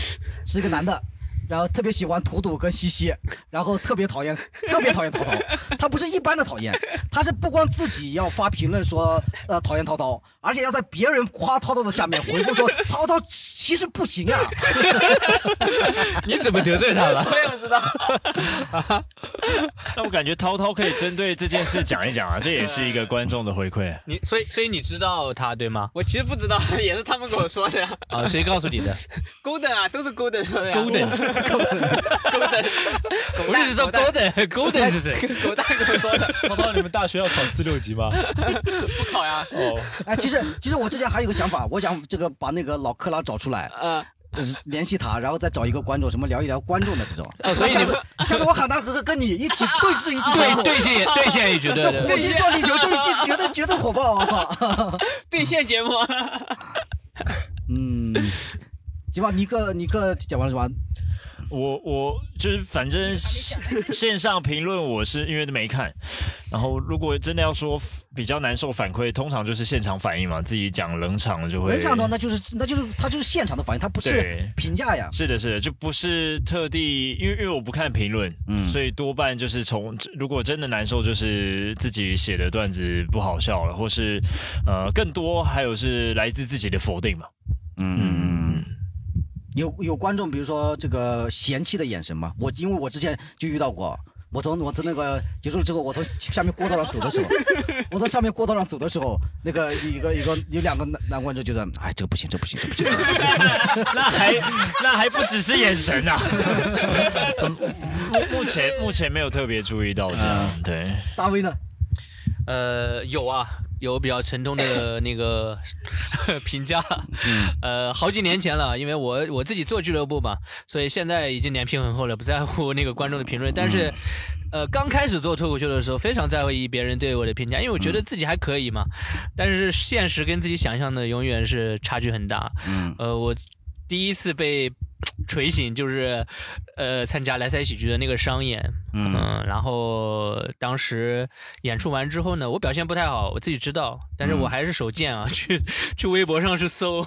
是一个男的，然后特别喜欢图图跟西西，然后特别讨厌特别讨厌涛涛，他不是一般的讨厌，他是不光自己要发评论说呃讨厌涛涛，而且要在别人夸涛涛的下面回复说 [LAUGHS] 涛涛其实不行啊，
[LAUGHS] 你怎么得罪他了？
那我感觉涛涛可以针对这件事讲一讲啊，这也是一个观众的回馈。
[LAUGHS]
啊
你所以所以你知道他对吗？
我其实不知道， [LAUGHS] 也是他们跟我说的呀。
啊，谁告诉你的？
Golden 啊，都是 Golden 说的呀。 [LAUGHS]
Golden，
狗
[LAUGHS]
[LAUGHS]
我
蛋
只知道
狗蛋
Golden，Golden 是谁？
狗蛋跟我说的，
涛涛，你们大学要考四六级吗？
不考呀。
哦，
哎，其实其实我之前还有个想法，我想这个把那个老克拉找出来，
啊
呃，
呃联系他，然后再找一个观众什么聊一聊观众的这种，
哦，所以你
下
们
次下次我喊他和跟你一起对峙一起对
对 [LAUGHS] 对线对线一局，对对对。
火星撞地球这一期绝对绝对火爆，我操！
对线节目，
嗯，行吧，尼克尼克讲完了是吧？
我我就是反正线上评论我是因为都没看，然后如果真的要说比较难受反馈，通常就是现场反应嘛，自己讲冷场就会。
冷场的话那就是那就是他就是现场的反应，他不是
对
评价呀。
是的，是的，就不是特地，因为因为我不看评论，
嗯
所以多半就是从如果真的难受，就是自己写的段子不好笑了，或是呃更多还有是来自自己的否定嘛。嗯，
有有观众比如说这个嫌弃的眼神嘛，我因为我之前就遇到过。我从我从那个结束了之后，我从下面过道上走的时
[LAUGHS]
候，我从上面过道上走的时候，那个一个一个有两个男男观众觉得，哎，这个不行，这不行，这不行。
那还那还不只是眼神
[LAUGHS]
呐、目目前目前没有特别注意到这
嗯
样，对，
大卫呢？
呃，有啊，有比较沉痛的那个评价。呃，好几年前了，因为我我自己做俱乐部嘛，所以现在已经脸皮很厚了，不在乎那个观众的评论。但是，呃，刚开始做脱口秀的时候，非常在意别人对我的评价，因为我觉得自己还可以嘛。但是现实跟自己想象的永远是差距很大。
嗯
呃，我第一次被锤醒就是，呃，参加来财喜剧的那个商演，嗯、然后当时演出完之后呢，我表现不太好，我自己知道，但是我还是手贱啊，去去微博上去搜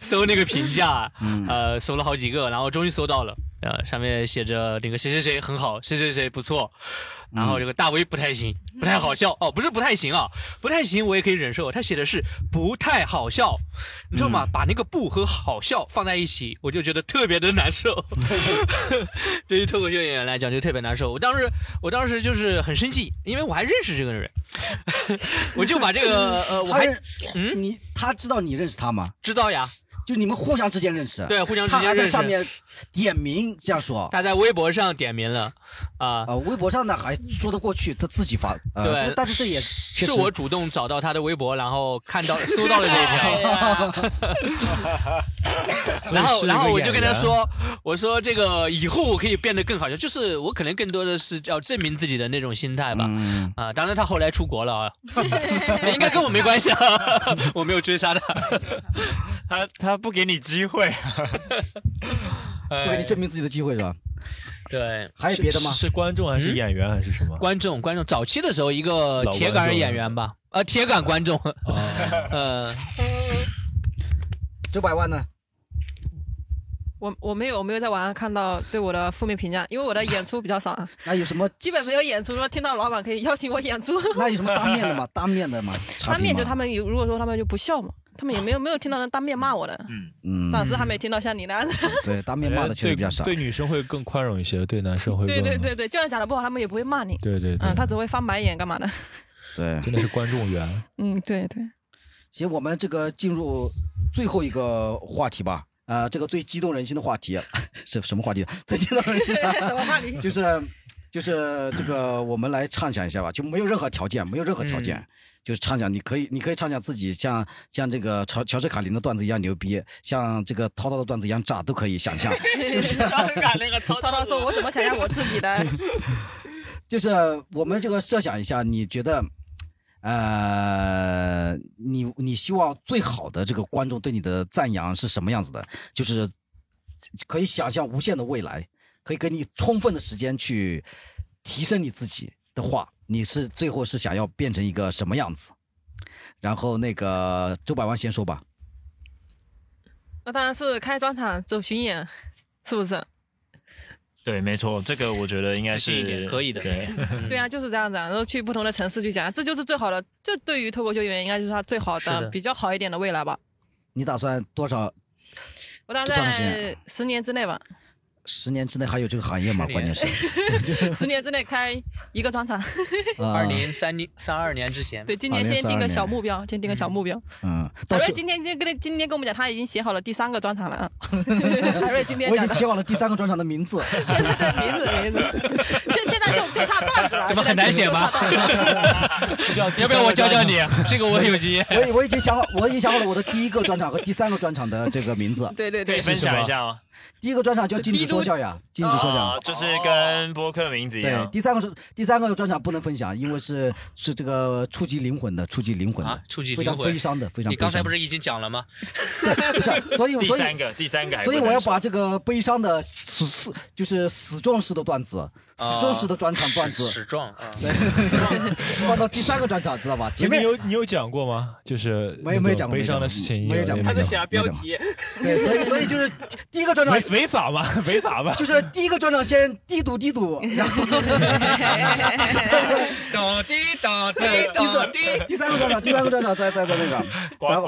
搜那个评价，呃，搜了好几个，然后终于搜到了。呃，上面写着那个谁谁谁很好，谁谁谁不错，然后这个大 V 不太行，不太好笑哦，不是不太行啊，不太行我也可以忍受。他写的是不太好笑，你知道吗？把那个不和好笑放在一起，我就觉得特别的难受。 [LAUGHS] 对于脱口秀演员来讲，就特别难受。我当时，我当时就是很生气，因为我还认识这个人， [LAUGHS] 我就把这个呃，我
他
还
认你他知道你认识他吗？
知道呀，
就你们互相之间认识，
对，互相之
他
间
还
认
在
识。
上面点名这样说。
他在微博上点名了，啊、
啊，微博上呢还说得过去，他自己发，呃，
对
这但是这也确
是
实
我主动找到他的微博，然后看到搜到了这一
[LAUGHS] 哎
哎
条，然后然后我就跟他说，我说这个以后我可以变得更好笑，就是我可能更多的是要证明自己的那种心态吧。
嗯，
啊，当然他后来出国了啊，应该跟我没关
[LAUGHS]
系啊，我没有追杀他。
他他不给你机会，
不给你证明自己的机会是吧？
对，
还有别的吗？嗯
是观众还是演员还是什么？
观众观众早期的时候一个
老
铁
观
杆
众哦
演员吧，呃，铁杆观众， [LAUGHS] 呃，
九百万呢？
我我没有我没有在网上看到对我的负面评价，因为我的演出比较少啊，
那有什么？
基本没有演出。说听到老板可以邀请我演出，
那有什么当面的吗？当面的吗？差评吗
当面就他们有，如果说他们就不笑嘛，他们也没有没有听到人当面骂我的，
嗯，
暂时还没听到像你那样子。
对，当 [LAUGHS] 面骂的确实比较少。
对女生会更宽容一些，对男生会
对
更
对对对，就算讲的不好，他们也不会骂你。
对对对
嗯，他只会翻白眼干嘛的？
对，
真的是观众
[LAUGHS]
缘。
嗯，对对。
其实我们这个进入最后一个话题吧，呃，这个最激动人心的话题 [LAUGHS] 是什么话题？ [LAUGHS] 最激动人心的
什么话题？
就是就是这个，我们来畅想一下吧，就没有任何条件，没有任何条件，
嗯
就是畅想，你可以你可以畅想自己像像这个乔乔治卡林的段子一样牛逼，像这个涛涛的段子一样炸，都可以想象。就是
[LAUGHS] 那个涛
涛涛说：“我怎么想象我自己的？
就是我们这个设想一下，你觉得，呃，你你希望最好的这个观众对你的赞扬是什么样子的？就是可以想象无限的未来，可以给你充分的时间去提升你自己的话，你是最后是想要变成一个什么样子？然后那个周百万先说吧，
那当然是开专场走巡演，是不是？
对，没错，这个我觉得应该
自信一
是
点可以的
对，
对啊，就是这样子啊。然后去不同的城市去讲，这就是最好的。这对于脱口秀演员应该就是他最好
是的
的、比较好一点的未来吧。
你打算多少
我打
这段时间
算十年之内吧， [LAUGHS]
十年之内还有这个行业吗？
十
关
年
键
[LAUGHS]
是，
十年之内开一个专场。
呃
二，零三零三二年之前，
对，今年
2032
先定个小目标，先定个小目标。
嗯，
海
到时
瑞
候
今天今天跟今天跟我们讲，他已经写好了第三个专场了啊。海瑞今天
我已
讲
经
的，
起好了第三个专场的名字。
对 [LAUGHS] 对对，名字名字， [LAUGHS] 就现在就就差段子了。
怎么很难写吗
现在就差段子了？
[LAUGHS] 要不要我教教你？这个我有经验。
我已我已经想好，我已经想好了我的第一个专场和第三个专场的这个名字。
对对
可 [LAUGHS]
对
以，分享一下吗？
第一个专场叫《禁止说笑》呀，禁止说
啊
笑。，
就是跟播客名字一
对，
样。
第三个是第三个专场不能分享，因为是是这个触及灵魂的，触及灵魂的
啊，触及
非
灵
常
魂
悲伤的，非常
你
悲
刚才
伤
不
的。
是已经讲了吗？
不是，所以
第
所以
三个，第三个还不
所以
能说，
我要把这个悲伤的死死就是死壮式的段子，死壮式的专场段子
史壮啊，
放到第三个专场，知道吧？前面
你有你有讲过吗？就是
没有没有讲过
悲伤的事情，
没有讲过
他
他
是
是写了标题，
对，所以所以就是第一个专场
违违法吗？违法 [LAUGHS] 吧？
就是第一个专场先低嘟低
[LAUGHS]
嘟，然后。
咚滴咚滴
对，第
咚
三
滴，
第三个专场，第三个专场在在在那个，
呱呱，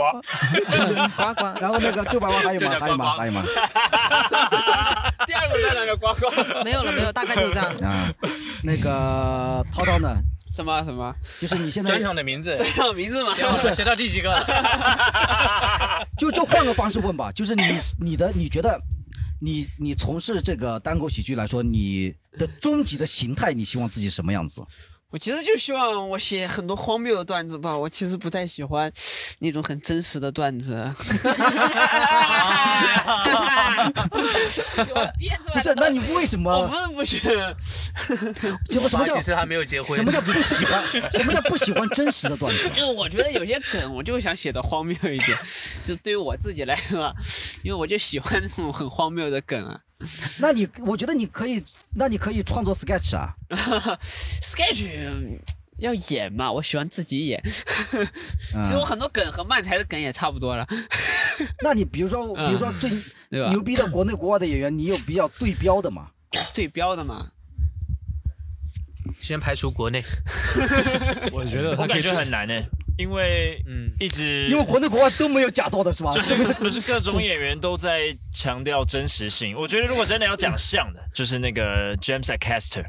呱呱。
[LAUGHS] 然后那个九百万还有吗？还有吗？还有吗？。
第二个在那个呱呱。
没有了，没有，大概就是这样
[LAUGHS] 啊，那个涛涛呢？
什么什 [LAUGHS] 么？
就是你现在
专场的名字
这有名字吗？
不是写到第几个了？
就就换个方式问吧，就是你你的你觉得你你从事这个单口喜剧来说，你的终极的形态，你希望自己什么样子？
我其实就希望我写很多荒谬的段子吧。我其实不太喜欢那种很真实的段子。
[LAUGHS] 我编出来
不是，那你为什么
我不是不喜，
什么什么
他
叫
其实还没有结婚。
什么叫不喜欢？ [LAUGHS] 什么叫不喜欢真实的段子？
因为我觉得有些梗，我就想写的荒谬一点。就对于我自己来说，因为我就喜欢那种很荒谬的梗啊。
那你我觉得你可以，那你可以创作 sketch 啊。
sketch 要演嘛，我喜欢自己演。
嗯
[LAUGHS] 其实我很多梗和漫才的梗也差不多了，
嗯那你比如说，比如
嗯
说最
对吧
牛逼的国内国外的演员，你有比较对标的吗？
对标的嘛。
先排
[LAUGHS]
除国内，
我觉得
我
他
感
感
觉
觉
很难呢，因为
嗯，
一直
因为国内国外都没有假造的是吧？
就是就是各种演员都在强调真实性。我觉得如果真的要讲像的，
嗯
就是那个 James a Caster，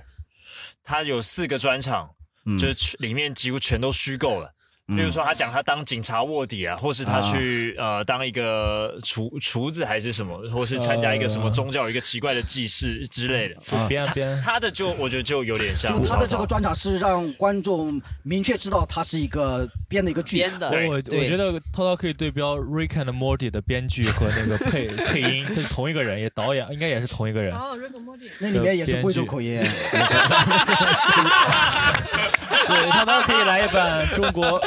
他有四个专场，
嗯
就是全里面几乎全都虚构了。例如说，他讲他当警察卧底啊，或是他去、呃当一个厨厨子还是什么，或是参加一个
呃
什么宗教、一个奇怪的祭祀之类的。
边啊边，
他的就我觉得就有点像
嗯就他的这个专场是让观众明确知道他是一个编的一个剧，
编的，
对
我我
对
觉得涛涛可以对标《Rick and Morty》的编剧和那个配配音，他是同一个人，也导演应该也是同一个人。
哦，瑞克莫蒂，
那里面也是贵州口音。
对，涛涛可以来一版中国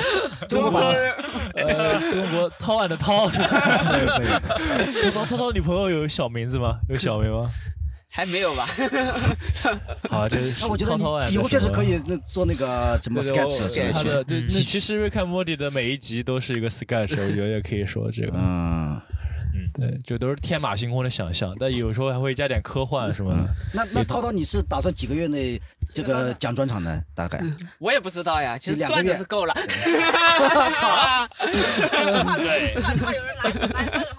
中国版的
呃中国涛案的涛。涛
对对对
涛涛涛女朋友有小名字吗？有小名吗？
还没有吧？
好，这啊
那
哎是
啊哎我觉得
涛涛案的
你以后确实可
什么。
以那做那个什么
对对，我
sketch。
他的嗯对，
嗯
那其实《瑞克莫蒂》的每一集都是一个 sketch，我觉得也可以说这个，
嗯，
对，就都是天马行空的想象，但有时候还会加点科幻什么的。
那那涛涛，你是打算几个月内这个讲专场呢？大概？
我也不知道呀，其实
你两个
段子
月
是够了。 [LAUGHS]
跨跨有人来来问好了，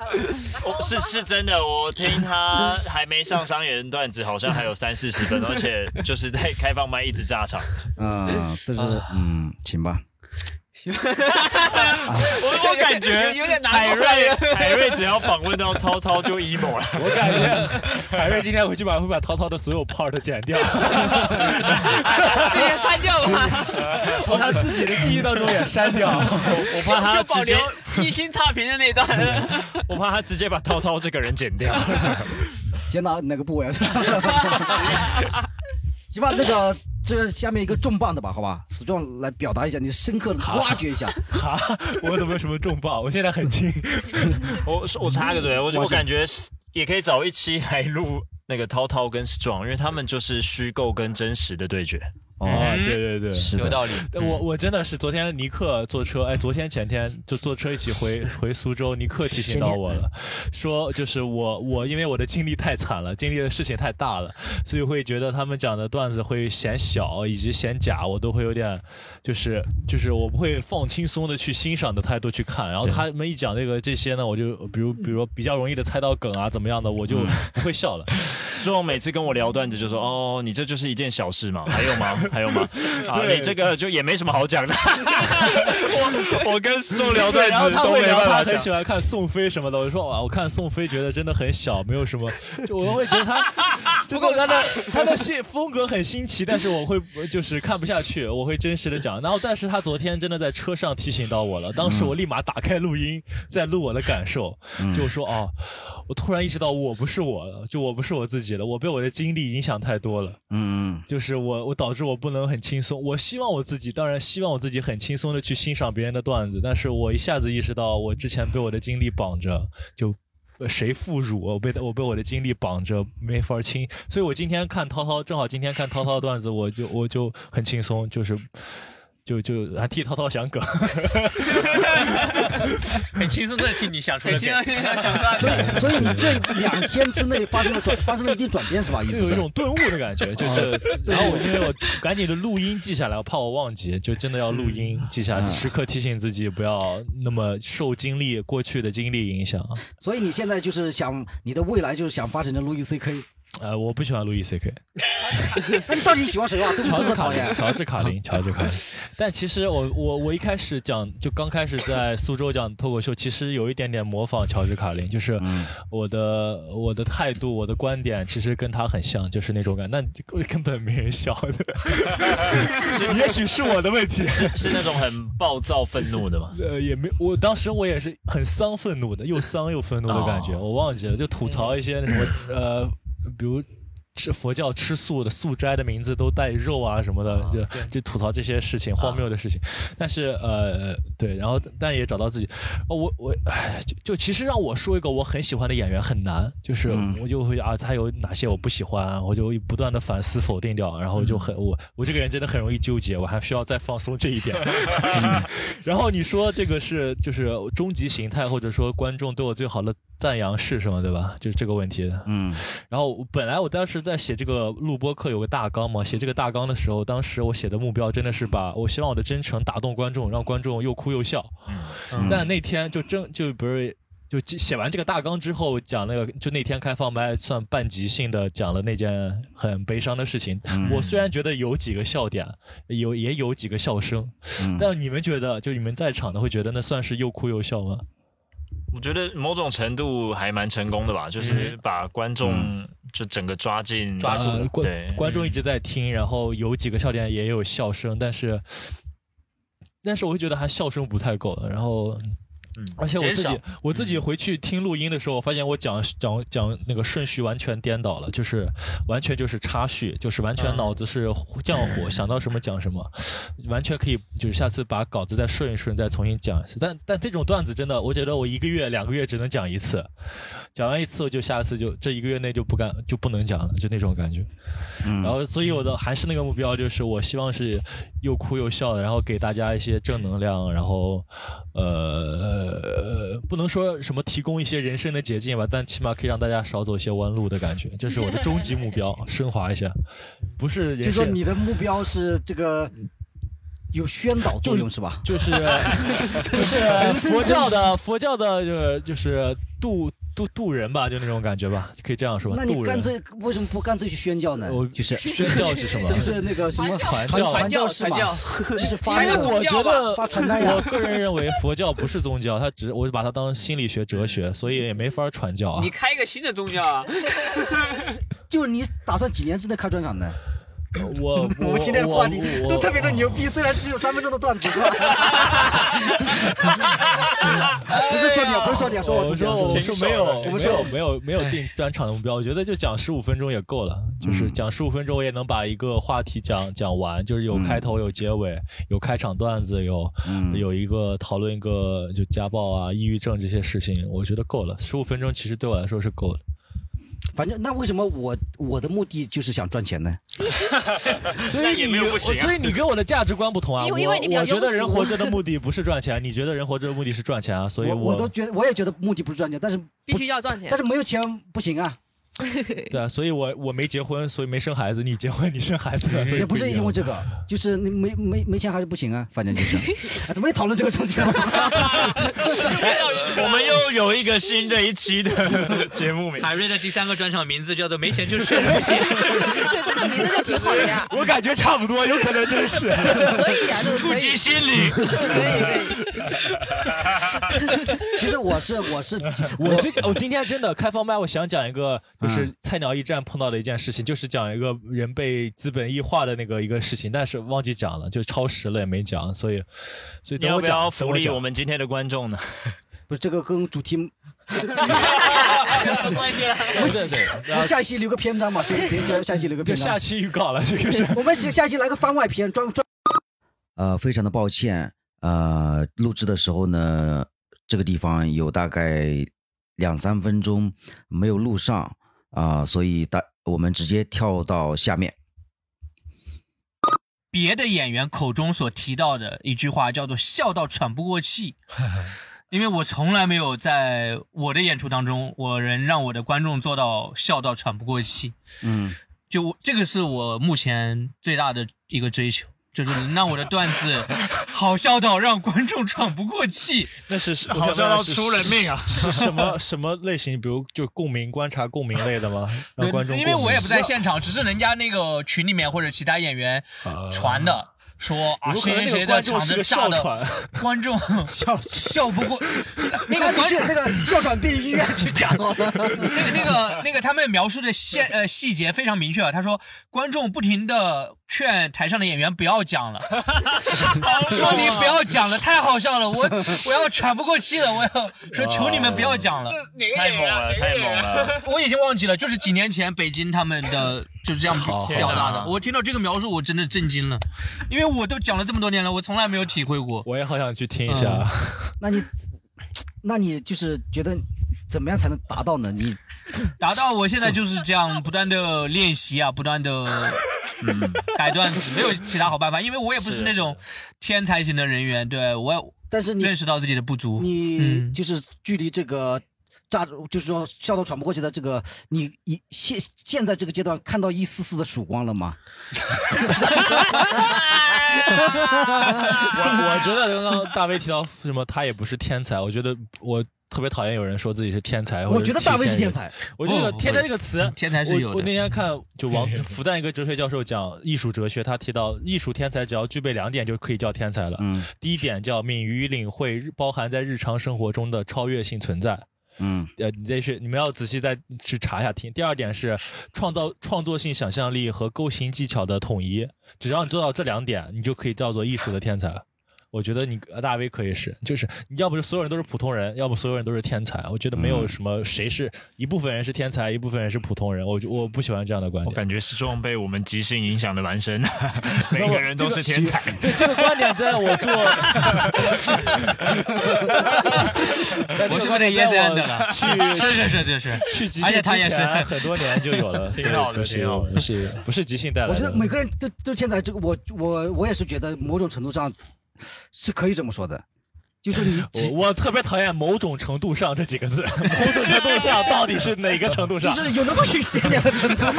[LAUGHS]
我是是真的，我听他还没上商演段子，好像还有三四十分，而且就是在开放麦一直炸场。
嗯，就是嗯，行吧。
我我感觉
有点难
[LAUGHS]
过
海
[LAUGHS]
瑞海瑞只要访问到涛涛就 emo [LAUGHS] 了，
我感觉海瑞今天回去晚上会把涛涛的所有 part 剪掉，
这些删掉吧，
从他自己的记忆当中也删掉。
我怕他
[LAUGHS] 就保
直接
留，一星差评的那段。
我怕他直接把涛涛这个人剪 [LAUGHS] 掉。
剪到哪个部位？啊 [LAUGHS] 行吧，那个这下面一个重磅的吧，好吧，死壮来表达一下，你深刻的挖掘一下。
哈， [LAUGHS] 我怎么有什么重磅？我现在很轻。
我我插个嘴，我我感觉是也可以找一期来录那个涛涛跟 Strong，因为他们就是虚构跟真实的对决。
哦，
对对 [LAUGHS] 对。
是
有
的，
道理。
我我真的是昨天尼克坐车，哎，昨天前天就坐车一起回回苏州，尼克提醒到我了，说就是我我因为我的经历太惨了，经历的事情太大了，所以会觉得他们讲的段子会显小以及显假，我都会有点就是就是我不会放轻松的去欣赏的态度去看，然后他们一讲这个这些呢，我就比如比如说比较容易的猜到梗啊怎么样的，我就不会笑了。
Strong 每次跟我聊段子就说：“哦，你这就是一件小事嘛，还有
[LAUGHS]
吗？还有吗？啊，
对
你这个就也没什么好讲
[LAUGHS]
的。我”我跟 Strong 聊
对，然后
段子
他
都
会
没
聊
办
他
法
很
讲。
喜欢看宋飞什么的，我就说哇，我看宋飞觉得真的很小，没有什么，就我会觉得
[LAUGHS]
他，不过他的 [LAUGHS] 他的新风格很新奇，但是我会就是看不下去，我会真实的讲。然后，但是他昨天真的在车上提醒到我了，当时我
嗯
立马打开录音，在录我的感受， [LAUGHS] 就说哦，我突然意识到我不是我了，就我不是我自己了，我被我的经历影响太多了。
嗯，
就是我我导致我不能很轻松。我希望我自己，当然希望我自己很轻松的去欣赏别人的段子，但是我一下子意识到，我之前被我的经历绑着，就。呃谁负辱？我被我被我的经历绑着，没法轻。所以我今天看涛涛，正好今天看涛涛的段子，我就我就很轻松，就是就就还替涛涛想梗。
很轻松的替你想出了
很轻
点
松，想段
所
子。
以所以你这两天之内发生了转，发生了一哦定转变是吧？意
就
思
有一
是？
种顿悟的感
[LAUGHS]
觉，就是，然后我因为我赶紧的录音记下来，我怕我忘记，就真的要
嗯
录音记下来，时刻提醒自己不要那么受经历过去的经历影响。
所以你现在就是想你的未来就是想发展成路易 C K，
呃，我不喜欢路易 C K，
那你到底喜欢谁啊？对不
乔
对？
治
很
卡
讨
林，
厌。
乔治卡
[LAUGHS]
林，乔治卡林。但其实我我我一开始讲，就刚开始在苏州讲脱口秀，其实有一点点模仿乔治卡林，就是
嗯
我的我的态度、我的观点，其实跟他很像，就是那种感，但根本没人笑
[LAUGHS]
的， [LAUGHS] 也许是我的问题。
是那种很暴躁愤怒的嘛？
呃，也没，我当时我也是很丧愤怒的，又丧又愤怒的感觉，我忘记了，就吐槽一些那什么，呃，比如吃佛教吃素的素斋的名字都带肉啊什么的，就就吐槽这些事情荒谬的事情。但是呃，对，然后但也找到自己。哦，我我唉就就其实让我说一个我很喜欢的演员很难，就是我就会啊，他有哪些我不喜欢，我就不断的反思否定掉，然后就很我我这个人真的很容易纠结，我还需要再放松这一点。然后你说这个是就是终极形态，或者说观众对我最好的赞扬是什么，对吧？就是这个问题。
嗯
然后我本来我当时在写这个录播课有个大纲嘛，写这个大纲的时候，当时我写的目标真的是把我希望我的真诚打动观众，让观众又哭又笑。但那天就真就不是。就写完这个大纲之后，讲那个就那天开放麦算半即兴的讲了那件很悲伤的事情。我虽然觉得有几个笑点，有也有几个笑声，
嗯
但你们觉得，就你们在场的会觉得那算是又哭又笑吗？
我觉得某种程度还蛮成功的吧，就是把观众就整个抓进
嗯抓住了
对
观，观众一直在听，然后有几个笑点也有笑声，但是但是我会觉得还笑声不太够了，然后。
嗯
而且我自
哎
人
己
少
我自己回去听录音的时候，我发现我讲讲讲那个顺序完全颠倒了，就是完全就是插叙，就是完全脑子是浆糊，想到什么讲什么，完全可以就是下次把稿子再顺一顺，再重新讲一次。但但这种段子真的，我觉得我一个月两个月只能讲一次，讲完一次我就下次就这一个月内就不敢就不能讲了，就那种感觉。然后，所以我的还是那个目标，就是我希望是又哭又笑的，然后给大家一些正能量，然后呃，不能说什么提供一些人生的捷径吧，但起码可以让大家少走一些弯路的感觉，这是我的终极目标，升华一 [LAUGHS] 下，不是
就
人
说
生。
你的目标是这个有宣导作用是吧？
就是就是佛教的佛教的就是就是渡渡渡人吧，就那种感觉吧，可以这样说吧。
那
渡
你干
人，
脆为什么不干脆去宣教呢
我？
就是
宣教是什么？
[LAUGHS] 就是那个什么
传
传
教
哦传教士嘛 [LAUGHS]
传，
就是发
反
那
正
个
我觉得
发传单呀
我个人认为佛教不是宗教，它 [LAUGHS] 只我把它当心理学、哲学，所以也没法传教啊
[LAUGHS] 你。开一个新的宗教
[LAUGHS]
啊？
就是你打算几年之内开专场呢？
我
[LAUGHS] 我们今天的话题
我
都特别的牛逼，虽然只有三分钟的段
[LAUGHS]
子，是吧？不是说你，不是说你，说
我
我自己，啊
说哎我
说我
说
自己
没有，
我们
没
说哎
有，没有，没有定专场的目标。我觉得就讲十五分钟也够了，就是讲十五分钟，我也能把一个话题
嗯
讲讲完，就是有开头，有结尾，有开场段子，有
嗯
有一个讨论一个就家暴啊、抑郁症这些事情，我觉得够了。十五分钟其实对我来说是够的。
反正那为什么我我的目的就是想赚钱呢？
所
那
以
也
你
没有不行啊
所以你跟我的价值观不同啊。
因
我
为因为你比较
我觉得
庸俗
人活着的目的不是赚钱，你觉得人活着的目的是赚钱啊？所以
我都觉得我也觉得目的不是赚钱，但是
必须要赚钱
但。是没有钱不行啊，
对啊，所以我我没结婚，所以没生孩子。你结婚，你生孩子
嗯
了，所以
也不是
一样
因为这个，
[LAUGHS]
就是你没没没钱还是不行啊，反正就是。
[LAUGHS]
啊怎么又讨论这个东西了？ [LAUGHS]
我们又有一个新的一期的节目名，
海瑞的第三个专场名字叫做“没钱就
[LAUGHS]
是睡着不行
对，这个名字就挺好的呀。
我感觉差不多，有可能真
[LAUGHS]
是。
可以啊，这个
触
可以
及，心理
可以可以。
其实我是我是
我今我哦今天真的开放麦，我想讲一个
嗯
就是菜鸟驿站碰到的一件事情，就是讲一个人被资本异化的那个一个事情，但是忘记讲了，就超时了也没讲，所以所以
你
等
要
我
不
讲，
要
等
福利
讲
我们今天的观众呢？
不是这个跟主题，
哎
对对对，然
[LAUGHS]
我
后
下一期留个篇章嘛，就别就下一期留个
就
篇章
下。期预告了，这个是。
我们下下期来个番外篇，专专。呃，非常的抱歉，呃，录制的时候呢，这个地方有大概两三分钟没有录上啊、所以大我们直接跳到下面。”。
别的演员口中所提到的一句话叫做“笑到喘不过气”，因为我从来没有在我的演出当中，我能让我的观众做到笑到喘不过气。
嗯，
就我这个是我目前最大的一个追求，就是能让我的段子好笑到让观众喘不过气。
那是
好笑到出人命啊！
是什么什么类型？比如就共鸣、观察共鸣类的吗？ [LAUGHS] 让观众
因为
共鸣
我也不在现场，只是人家那个群里面或者其他演员传的。说啊
呃有可
谁
能
谁
那个观众是
谁的场子
个
炸
哮
的， [LAUGHS]
喘，
观众
哮
笑不过，那
那
个
你
观
去
众
那个哮喘病医院去讲好了。
那个那个他们描述的线呃细节非常明确啊，他说观众不停的劝台上的演员不要讲了，说你不要讲了，太好笑了，我我要喘不过气了，我要说求你们不要讲了。
哪个
太
演
猛
员啊
了，太猛！了！
我已经忘记了，就是几年前北京他们的就是这样表达
天
的
哪。
我听到这个描述，我真的震惊了，因为我都讲了这么多年了，我从来没有体会过。
我也好想去听一下。
那你，那你就是觉得怎么样才能达到呢？你
达到我现在就是这样，不断的练习啊，不断的。嗯，改段子没有其他好办法，因为我也不是
是
那种天才型的人员，对我也
但是你
认识到自己的不足。
你
嗯
就是距离这个炸，就是说笑到喘不过气的这个，你一现现在这个阶段看到一丝丝的曙光了吗？
我啊
哎
我觉得刚刚大卫提到什么，他也不是天才。我觉得我特别讨厌有人说自己是天才。
我觉得大卫是天
才。
才，
我这个
不
“天才”这个词，
嗯天才是有
我我那
的，
天看就王复旦一个哲学教授讲艺术哲学，他提到艺术天才只要具备两点就可以叫天才了。
嗯
第一点叫敏于领会日包含在日常生活中的超越性存在。
嗯
呃，你得去，你们要仔细再去查一下听。第二点是创造创作性想象力和构型技巧的统一，只要你做到这两点，你就可以叫做艺术的天才。我觉得你呃大 V 可以是，就是你要不是所有人都是普通人，要不所有人都是天才。我觉得没有什么谁是、一部分人是天才，一部分人是普通人。我就我不喜欢这样的观
我
点。
感觉是众被我们即兴影响的蛮
[LAUGHS]
深，每个人都是天才。
对这个观点，在我做，
[LAUGHS] 我是有点 yes and 的了。
去
[LAUGHS] 是是是是是，
去即
而且
兴
他
之
也是 [LAUGHS]
前很多年就有了，
挺
所以
好的
不
挺
是
好的
不是不是即兴带来
我
的。
觉得每个人都都现在这个，我我我也是觉得某种程度上是可以这么说的，就是
[LAUGHS]
你
我
只
我特别讨厌“某种程度上”这几 [LAUGHS] 个字，某种程度上到底是哪个程度
就
上？
是有那么一点点的程
[LAUGHS]
度。
人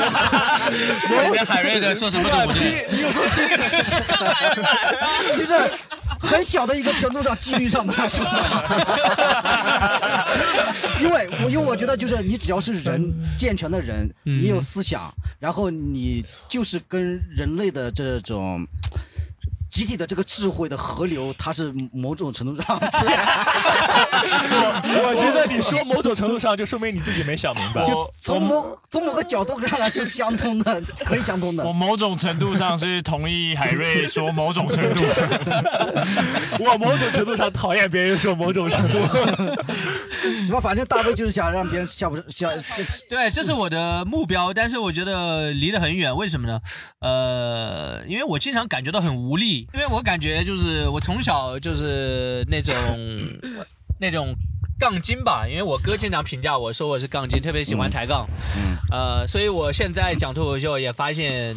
家海瑞的说什么都不对，
你有时候
就是很小的一个程度上，几率上的来说， [LAUGHS] 因为我因为我觉得就是你只要是人健全的人，
嗯
你有思想，然后你就是跟人类的这种。集体的这个智慧的河流，它是某种程度上
我觉得你说某种程度上，就说明你自己没想明白。
我
从某从某个角度上来是相通的， [LAUGHS] 可以相通的
[LAUGHS] 我。某种程度上是同意海瑞说某种程度，
我某种程度上讨厌别人说某种程度。
什么，反正大卫就是想让别人下不下下
[LAUGHS] 对，这是我的目标，但是我觉得离得很远，为什么呢？呃，因为我经常感觉到很无力，因为我感觉就是我从小就是那种那种杠精吧，因为我哥经常评价我说我是杠精，特别喜欢抬杠，呃，所以我现在讲脱口秀也发现，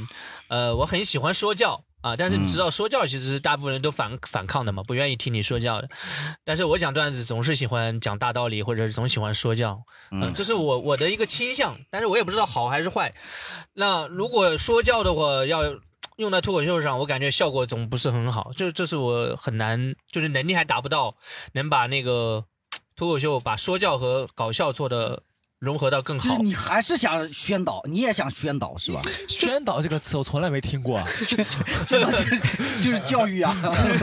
呃，我很喜欢说教。啊，但是你知道说教其实大部分人都反反抗的嘛，不愿意听你说教的。但是我讲段子总是喜欢讲大道理，或者是总喜欢说教。嗯，这是我我的一个倾向，但是我也不知道好还是坏。那如果说教的话，要用在脱口秀上，我感觉效果总不是很好，这这是我很难，就是能力还达不到，能把那个脱口秀把说教和搞笑做的融合到更
就是
好。
你还是想宣导，你也想宣导是吧？
[LAUGHS] 宣导这个词我从来没听过，啊
就是教
[LAUGHS]
育啊。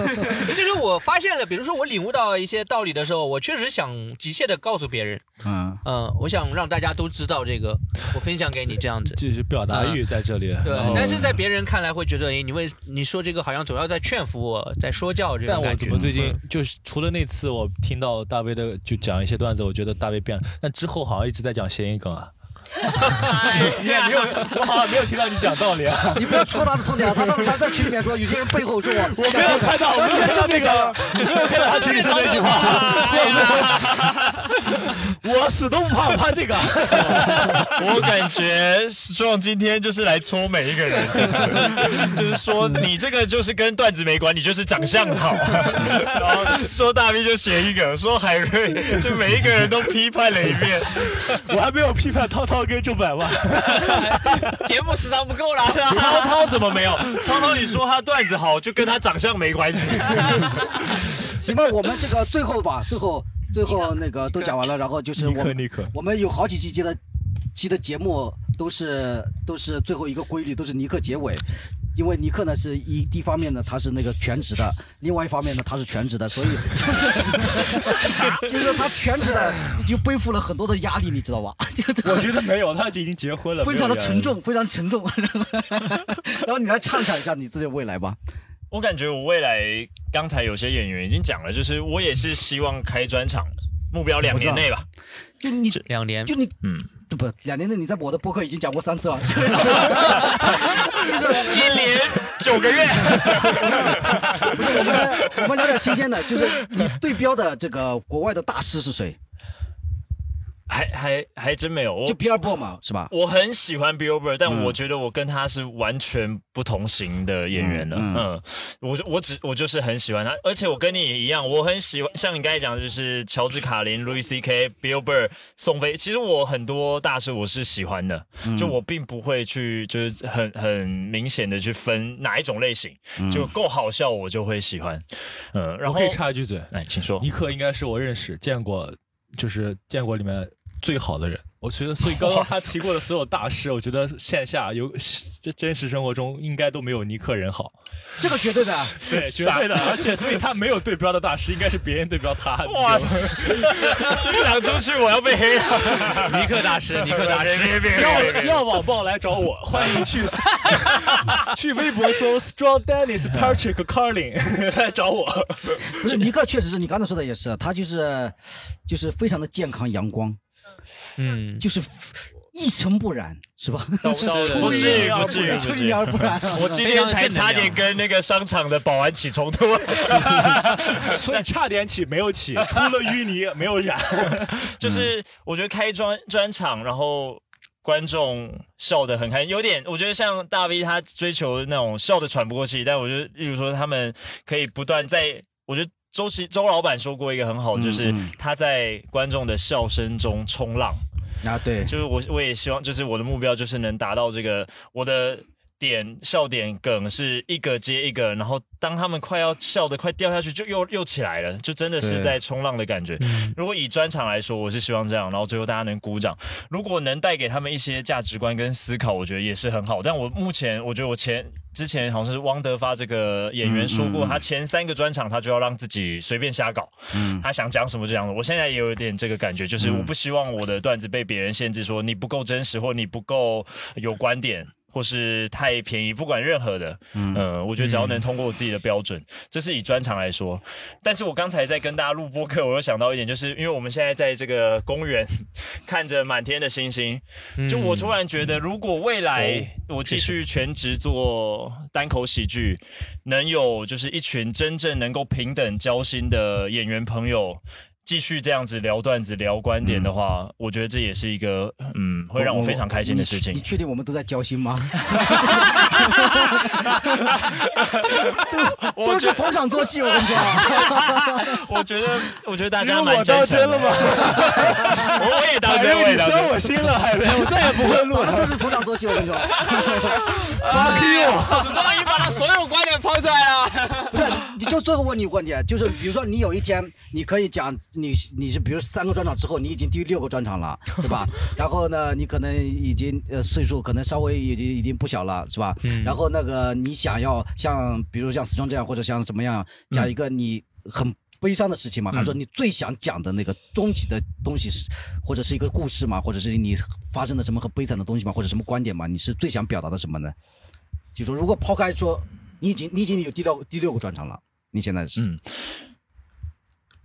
[LAUGHS] 就是我发现了，比如说我领悟到一些道理的时候，我确实想急切的告诉别人，
嗯，
嗯，我想让大家都知道这个，我分享给你这样子。
就是表达欲在这里。
对
然后，
但是在别人看来会觉得，哎，你为你说这个好像总要在劝服我，在说教这
但
种
我
感
怎
觉。
么最近就是除了那次我听到大卫的就讲一些段子，我觉得大卫变了，但之后好像一直在讲谐音梗啊。
哎
你也没有，我好像没有听到你讲道理啊。
[LAUGHS] 你不要戳他的痛点了。他上次还在群里面说，有些人背后说我，我
没有看到，我没有看到那个，我没有看到他群里说那句话。哎 [LAUGHS] 我死都不怕，我怕这个。
[LAUGHS] 我感觉壮今天就是来戳每一个 [LAUGHS] 人，就是说你这个就是跟段子没关，你就是长相 [LAUGHS] 好，然后说大 V 就写一个，说海瑞就每一个人都批判了一遍，
[LAUGHS] 我还没有批判涛涛跟郑百万，
节目时长
[LAUGHS]
不够了，
涛涛怎么没有？涛涛你说他段子好，就跟他长相没关系。
行吧，我们这个最后吧，最后最后那个都讲完了，然后就是
尼
我
克
们
尼克，
我们有好几期节的期的节目都是都是最后一个规律都是尼克结尾。因为尼克呢是一一方面呢他是那个全职的，另外一方面呢他是全职的，所以就是他全职的就背负了很多的压力，你知道吧？就这个
我觉得没有，他已经结婚了，
非常的
没有
沉重，非常沉重。 [LAUGHS] 然后你来畅想一下你自己的未来吧。
我感觉我未来刚才有些演员已经讲了，就是我也是希望开专场的，目标两年内吧。
就你
两年
就你
嗯，
就不两年内你在我的播客已经讲过三次了， [LAUGHS]
一年九个月，
不是我们我们聊点新鲜的，就是你对标的这个国外的大师是谁？
[LAUGHS] 还还还真没有。
就
我
比尔博嘛，是吧？
我很喜欢 Bill Burr，但我觉得我跟他是完全不同型的演员了。
嗯
嗯，我我只我就是很喜欢他，而且我跟你也一样，我很喜欢像你刚才讲的，就是乔治卡林、Louis C.K.、Bill Burr、宋飞。其实我很多大师我是喜欢的，就我并不会去就是很很明显的去分哪一种类型，就够好笑我就会喜欢。嗯，然
我
后
可以插一句嘴，
哎，请说。
尼克应该是我认识见过，就是见过里面最好的人。 [LAUGHS] 我觉得，所以刚刚他提过的所有大师，我觉得线下有这真实生活中应该都没有尼克人好。
这个绝对的，
对，绝对的，而且所以他没有对标的大师，应该是别人对标他。 [LAUGHS]
哇塞！讲出去我要被黑了。
尼克大师，尼克大师，
要要网暴来找我， [LAUGHS] 欢迎去去微博搜 Strong Dennis Patrick Carlin [LAUGHS] 来找我。
不是尼克，确实是你刚才说的也是，啊他就是就是非常的健康阳光，
嗯，
就是一尘不染，是吧？ [LAUGHS]
不至于，不至于，
出
不
一
至
点
于。
而不染。
我今天才差点跟那个商场的保安起冲突，
所以差点起没有起，出了淤泥没有染。
就是我觉得开专专场，然后观众笑得很开心，有点我觉得像大 V 他追求那种笑得喘不过气，但我觉得，例如说他们可以不断在，我觉得周琦周老板说过一个很好，就是
嗯嗯
他在观众的笑声中冲浪，
啊，对，
就是我我也希望，就是我的目标就是能达到这个我的。点笑点梗是一个接一个，然后当他们快要笑的快掉下去，就又又起来了，就真的是
对嗯
在冲浪的感觉。如果以专场来说，我是希望这样，然后最后大家能鼓掌。如果能带给他们一些价值观跟思考，我觉得也是很好。但我目前，我觉得我前之前好像是汪德发这个演员说过，
嗯嗯嗯
他前三个专场他就要让自己随便瞎搞，
嗯
他想讲什么就讲什么。我现在也有一点这个感觉，就是我不希望我的段子被别人限制，说你不够真实，或你不够有观点，或是太便宜，不管任何的。嗯、我觉得只要能通过我自己的标准，这是以专场来说。但是我刚才在跟大家录播课，我又想到一点，就是因为我们现在在这个公园看着满天的星星，就我突然觉得，如果未来我继续全职做单口喜剧，能有就是一群真正能够平等交心的演员朋友。继续这样子聊段子、聊观点的话，我觉得这也是一个嗯，会让我非常开心的事情
你。你确定我们都在交心吗？都都是逢场作戏，我跟你
[LAUGHS]
讲。
我觉得，我觉得
[LAUGHS]
大
只
家
有
蛮
我
真
当
诚的
真了吗？
[LAUGHS] 我我也当
反
真，
正
我也
你
当真
伤。我心了，海伦，我再也不会录了。
都是逢场作戏，我跟你说。
始 [LAUGHS] 终已把他所有观点抛出来了。 [LAUGHS]
不是，你就最后问你一个问题，就是比如说你有一天你可以讲你你是比如三个专场之后，你已经第六个专场了，对吧？然后呢，你可能已经呃岁数可能稍微已经已经不小了，是吧？然后那个你想要像比如像死忠这样，或者像怎么样讲一个你呃很。悲伤的事情吗？还是说你最想讲的那个终极的东西是，或者是一个故事吗？或者是你发生了什么很悲惨的东西吗？或者什么观点吗？你是最想表达的什么呢？就说如果抛开说，你已经你已经有第六第六个专场了，你现在是、
嗯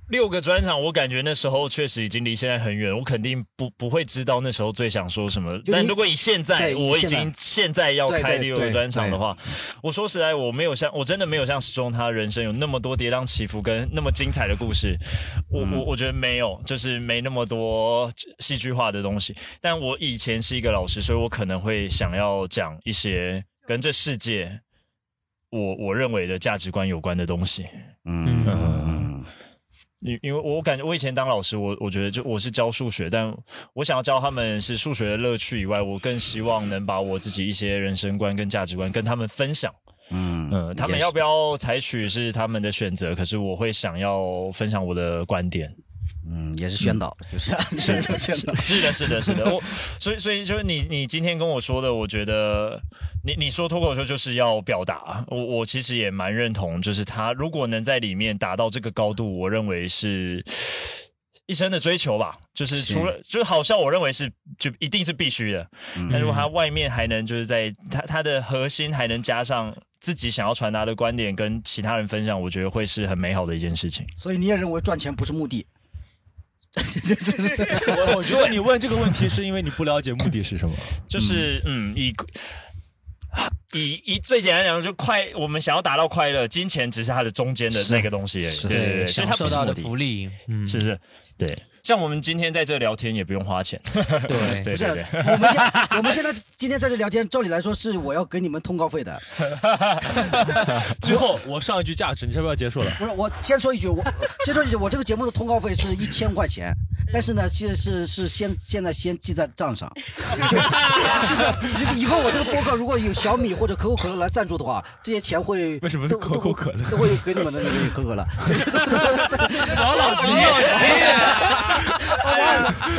六个专场，我感觉那时候确实已经离现在很远，我肯定不不会知道那时候最想说什么。
就
但
你
如果以现在，
对以
我已
现在
经现在要
对
开
对
第六个
对
专场的话，我说实在，我没有像我真的没有像石钟他人生有那么多跌宕起伏跟那么精彩的故事，我、
嗯
我我觉得没有，就是没那么多戏剧化的东西。但我以前是一个老师，所以我可能会想要讲一些跟这世界我我认为的价值观有关的东西。
嗯
嗯因因为我感觉我以前当老师，我我觉得就我是教数学，但我想要教他们是数学的乐趣以外，我更希望能把我自己一些人生观跟价值观跟他们分享。
嗯
嗯，他们要不要采取是他们的选择，可是我会想要分享我的观点。
嗯，也是宣导，就是
嗯 [LAUGHS]
是就宣导。
是的，是的，是的。我所以所以就是你你今天跟我说的，我觉得你你说脱口秀就是要表达，我我其实也蛮认同，就是他如果能在里面达到这个高度，我认为是。一生的追求吧，就是除了就是好笑，我认为是就一定是必须的。那、如果他外面还能就是在他他的核心还能加上自己想要传达的观点跟其他人分享，我觉得会是很美好的一件事情。
所以你也认为赚钱不是目的？
[LAUGHS] 我我觉得你问这个问题是因为你不了解目的是什么。
就是嗯，以以以最简单来讲，就快我们想要达到快乐，金钱只是它的中间的那个东西而已。对对对，所以
享
它
受
不是
到
目
的
的，
福利，嗯，
是不是？对，像我们今天在这聊天也不用花钱。
对，
对
不
对
是，
对，
我们现我们
[LAUGHS]
现在今天在这聊天，照理来说是我要给你们通告费的。
[LAUGHS] 最后我上一句价值，你是不是要结束了？
不是，我先说一句，我 [LAUGHS] 先说一句，我这个节目的通告费是一千块钱，但是呢，是是是先现在先记在账上， [LAUGHS] 就就是以后我这个播客如果有小米或者可口可乐来赞助的话，这些钱会
为什么是
都
可口可乐
都会都会给你们的那个可口
[LAUGHS]
可乐？
老老吉，老
啊
王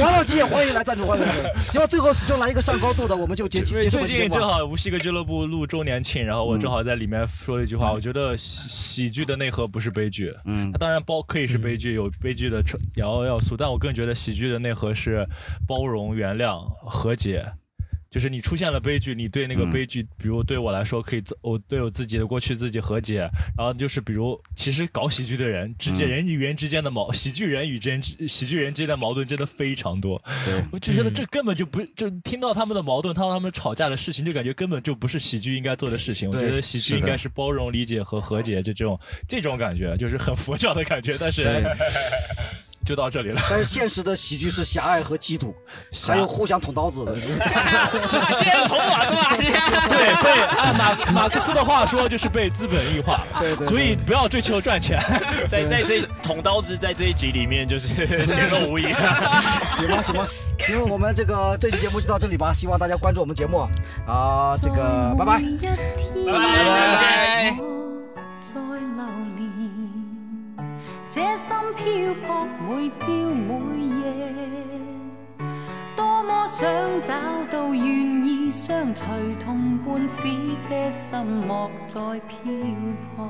王啊老吉也欢迎来赞助，欢迎来赞助。行吧，最后始终来一个上高度的，我们就结
因
结
为
结束
最
本期节
近嗯
目
正
啊。
好无锡个俱乐部录周年庆，然后我正好在里面说了一句话，我觉得喜喜剧的内核不是悲剧，嗯，它当然包可以是悲剧，有悲剧的成要要素，但我更觉得喜剧的内核是包容、原谅、和解。就是你出现了悲剧，你对那个悲剧，比如对我来说，可以自我对我自己的过去自己和解，然后就是比如，其实搞喜剧的人之
嗯
间人与人之间的矛，喜剧人与人之喜剧人之间的矛盾真的非常多。我就觉得这根本就不，就听到他们的矛盾，看到他们吵架的事情，就感觉根本就不是喜剧应该做的事情。我觉得喜剧应该是包容、理解和和解，就这种这种感觉，就是很佛教的感觉。但是就到这里了，
但是现实的喜剧是狭隘和嫉妒，还有互相捅刀子的。
今天是捅我是吧？
[LAUGHS] 对，被按马马克思的话说，就是被资本异化。
对对
所以不要追求赚钱。
在在
[LAUGHS]
这捅刀子在这一集里面就是 [LAUGHS] 显露
[LAUGHS]
无遗。
行吧，行吧，行，我们这个这期节目就到这里吧，希望大家关注我们节目啊、这个拜拜。
拜
哎
拜。
再流连，这心漂泊每朝每夜，多么想找到愿意相随同伴，使这心莫再漂泊。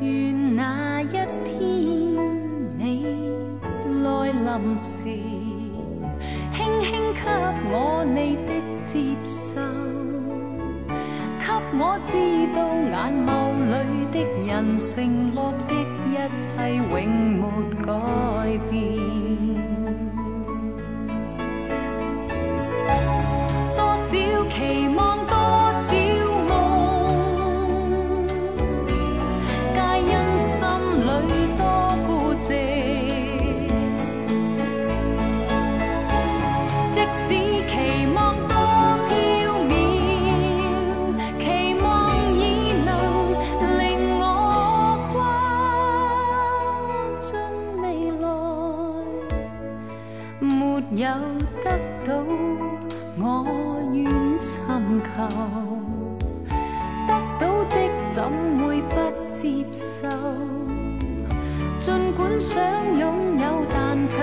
愿那一天你来临时，轻轻给我你的接受，给我知道眼眸里的人承诺的一切永没改变。多少期望，多少梦，皆因心里多孤寂。即使期望多飄渺，期望已能令我跨進未來。没有得到我愿寻求，得到的怎会不接受？尽管想拥有，但却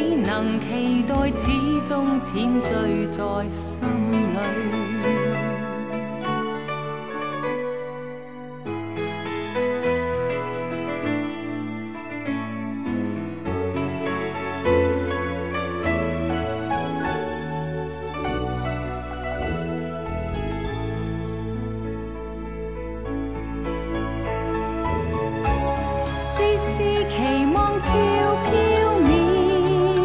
只能期待，始终淺醉在心里。丝丝期望超飘渺，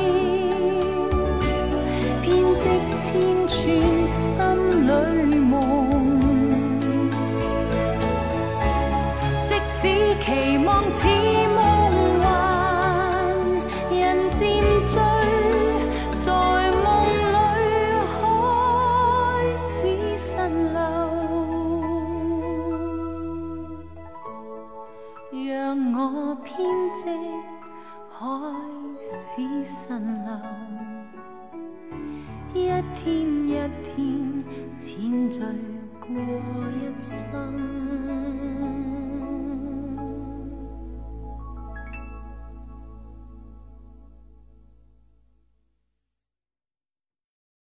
编织千串心里梦。即使期望似梦幻，人漸醉，在夢裏開始神流。讓我編織海市蜃樓，一天一天淺醉過一生。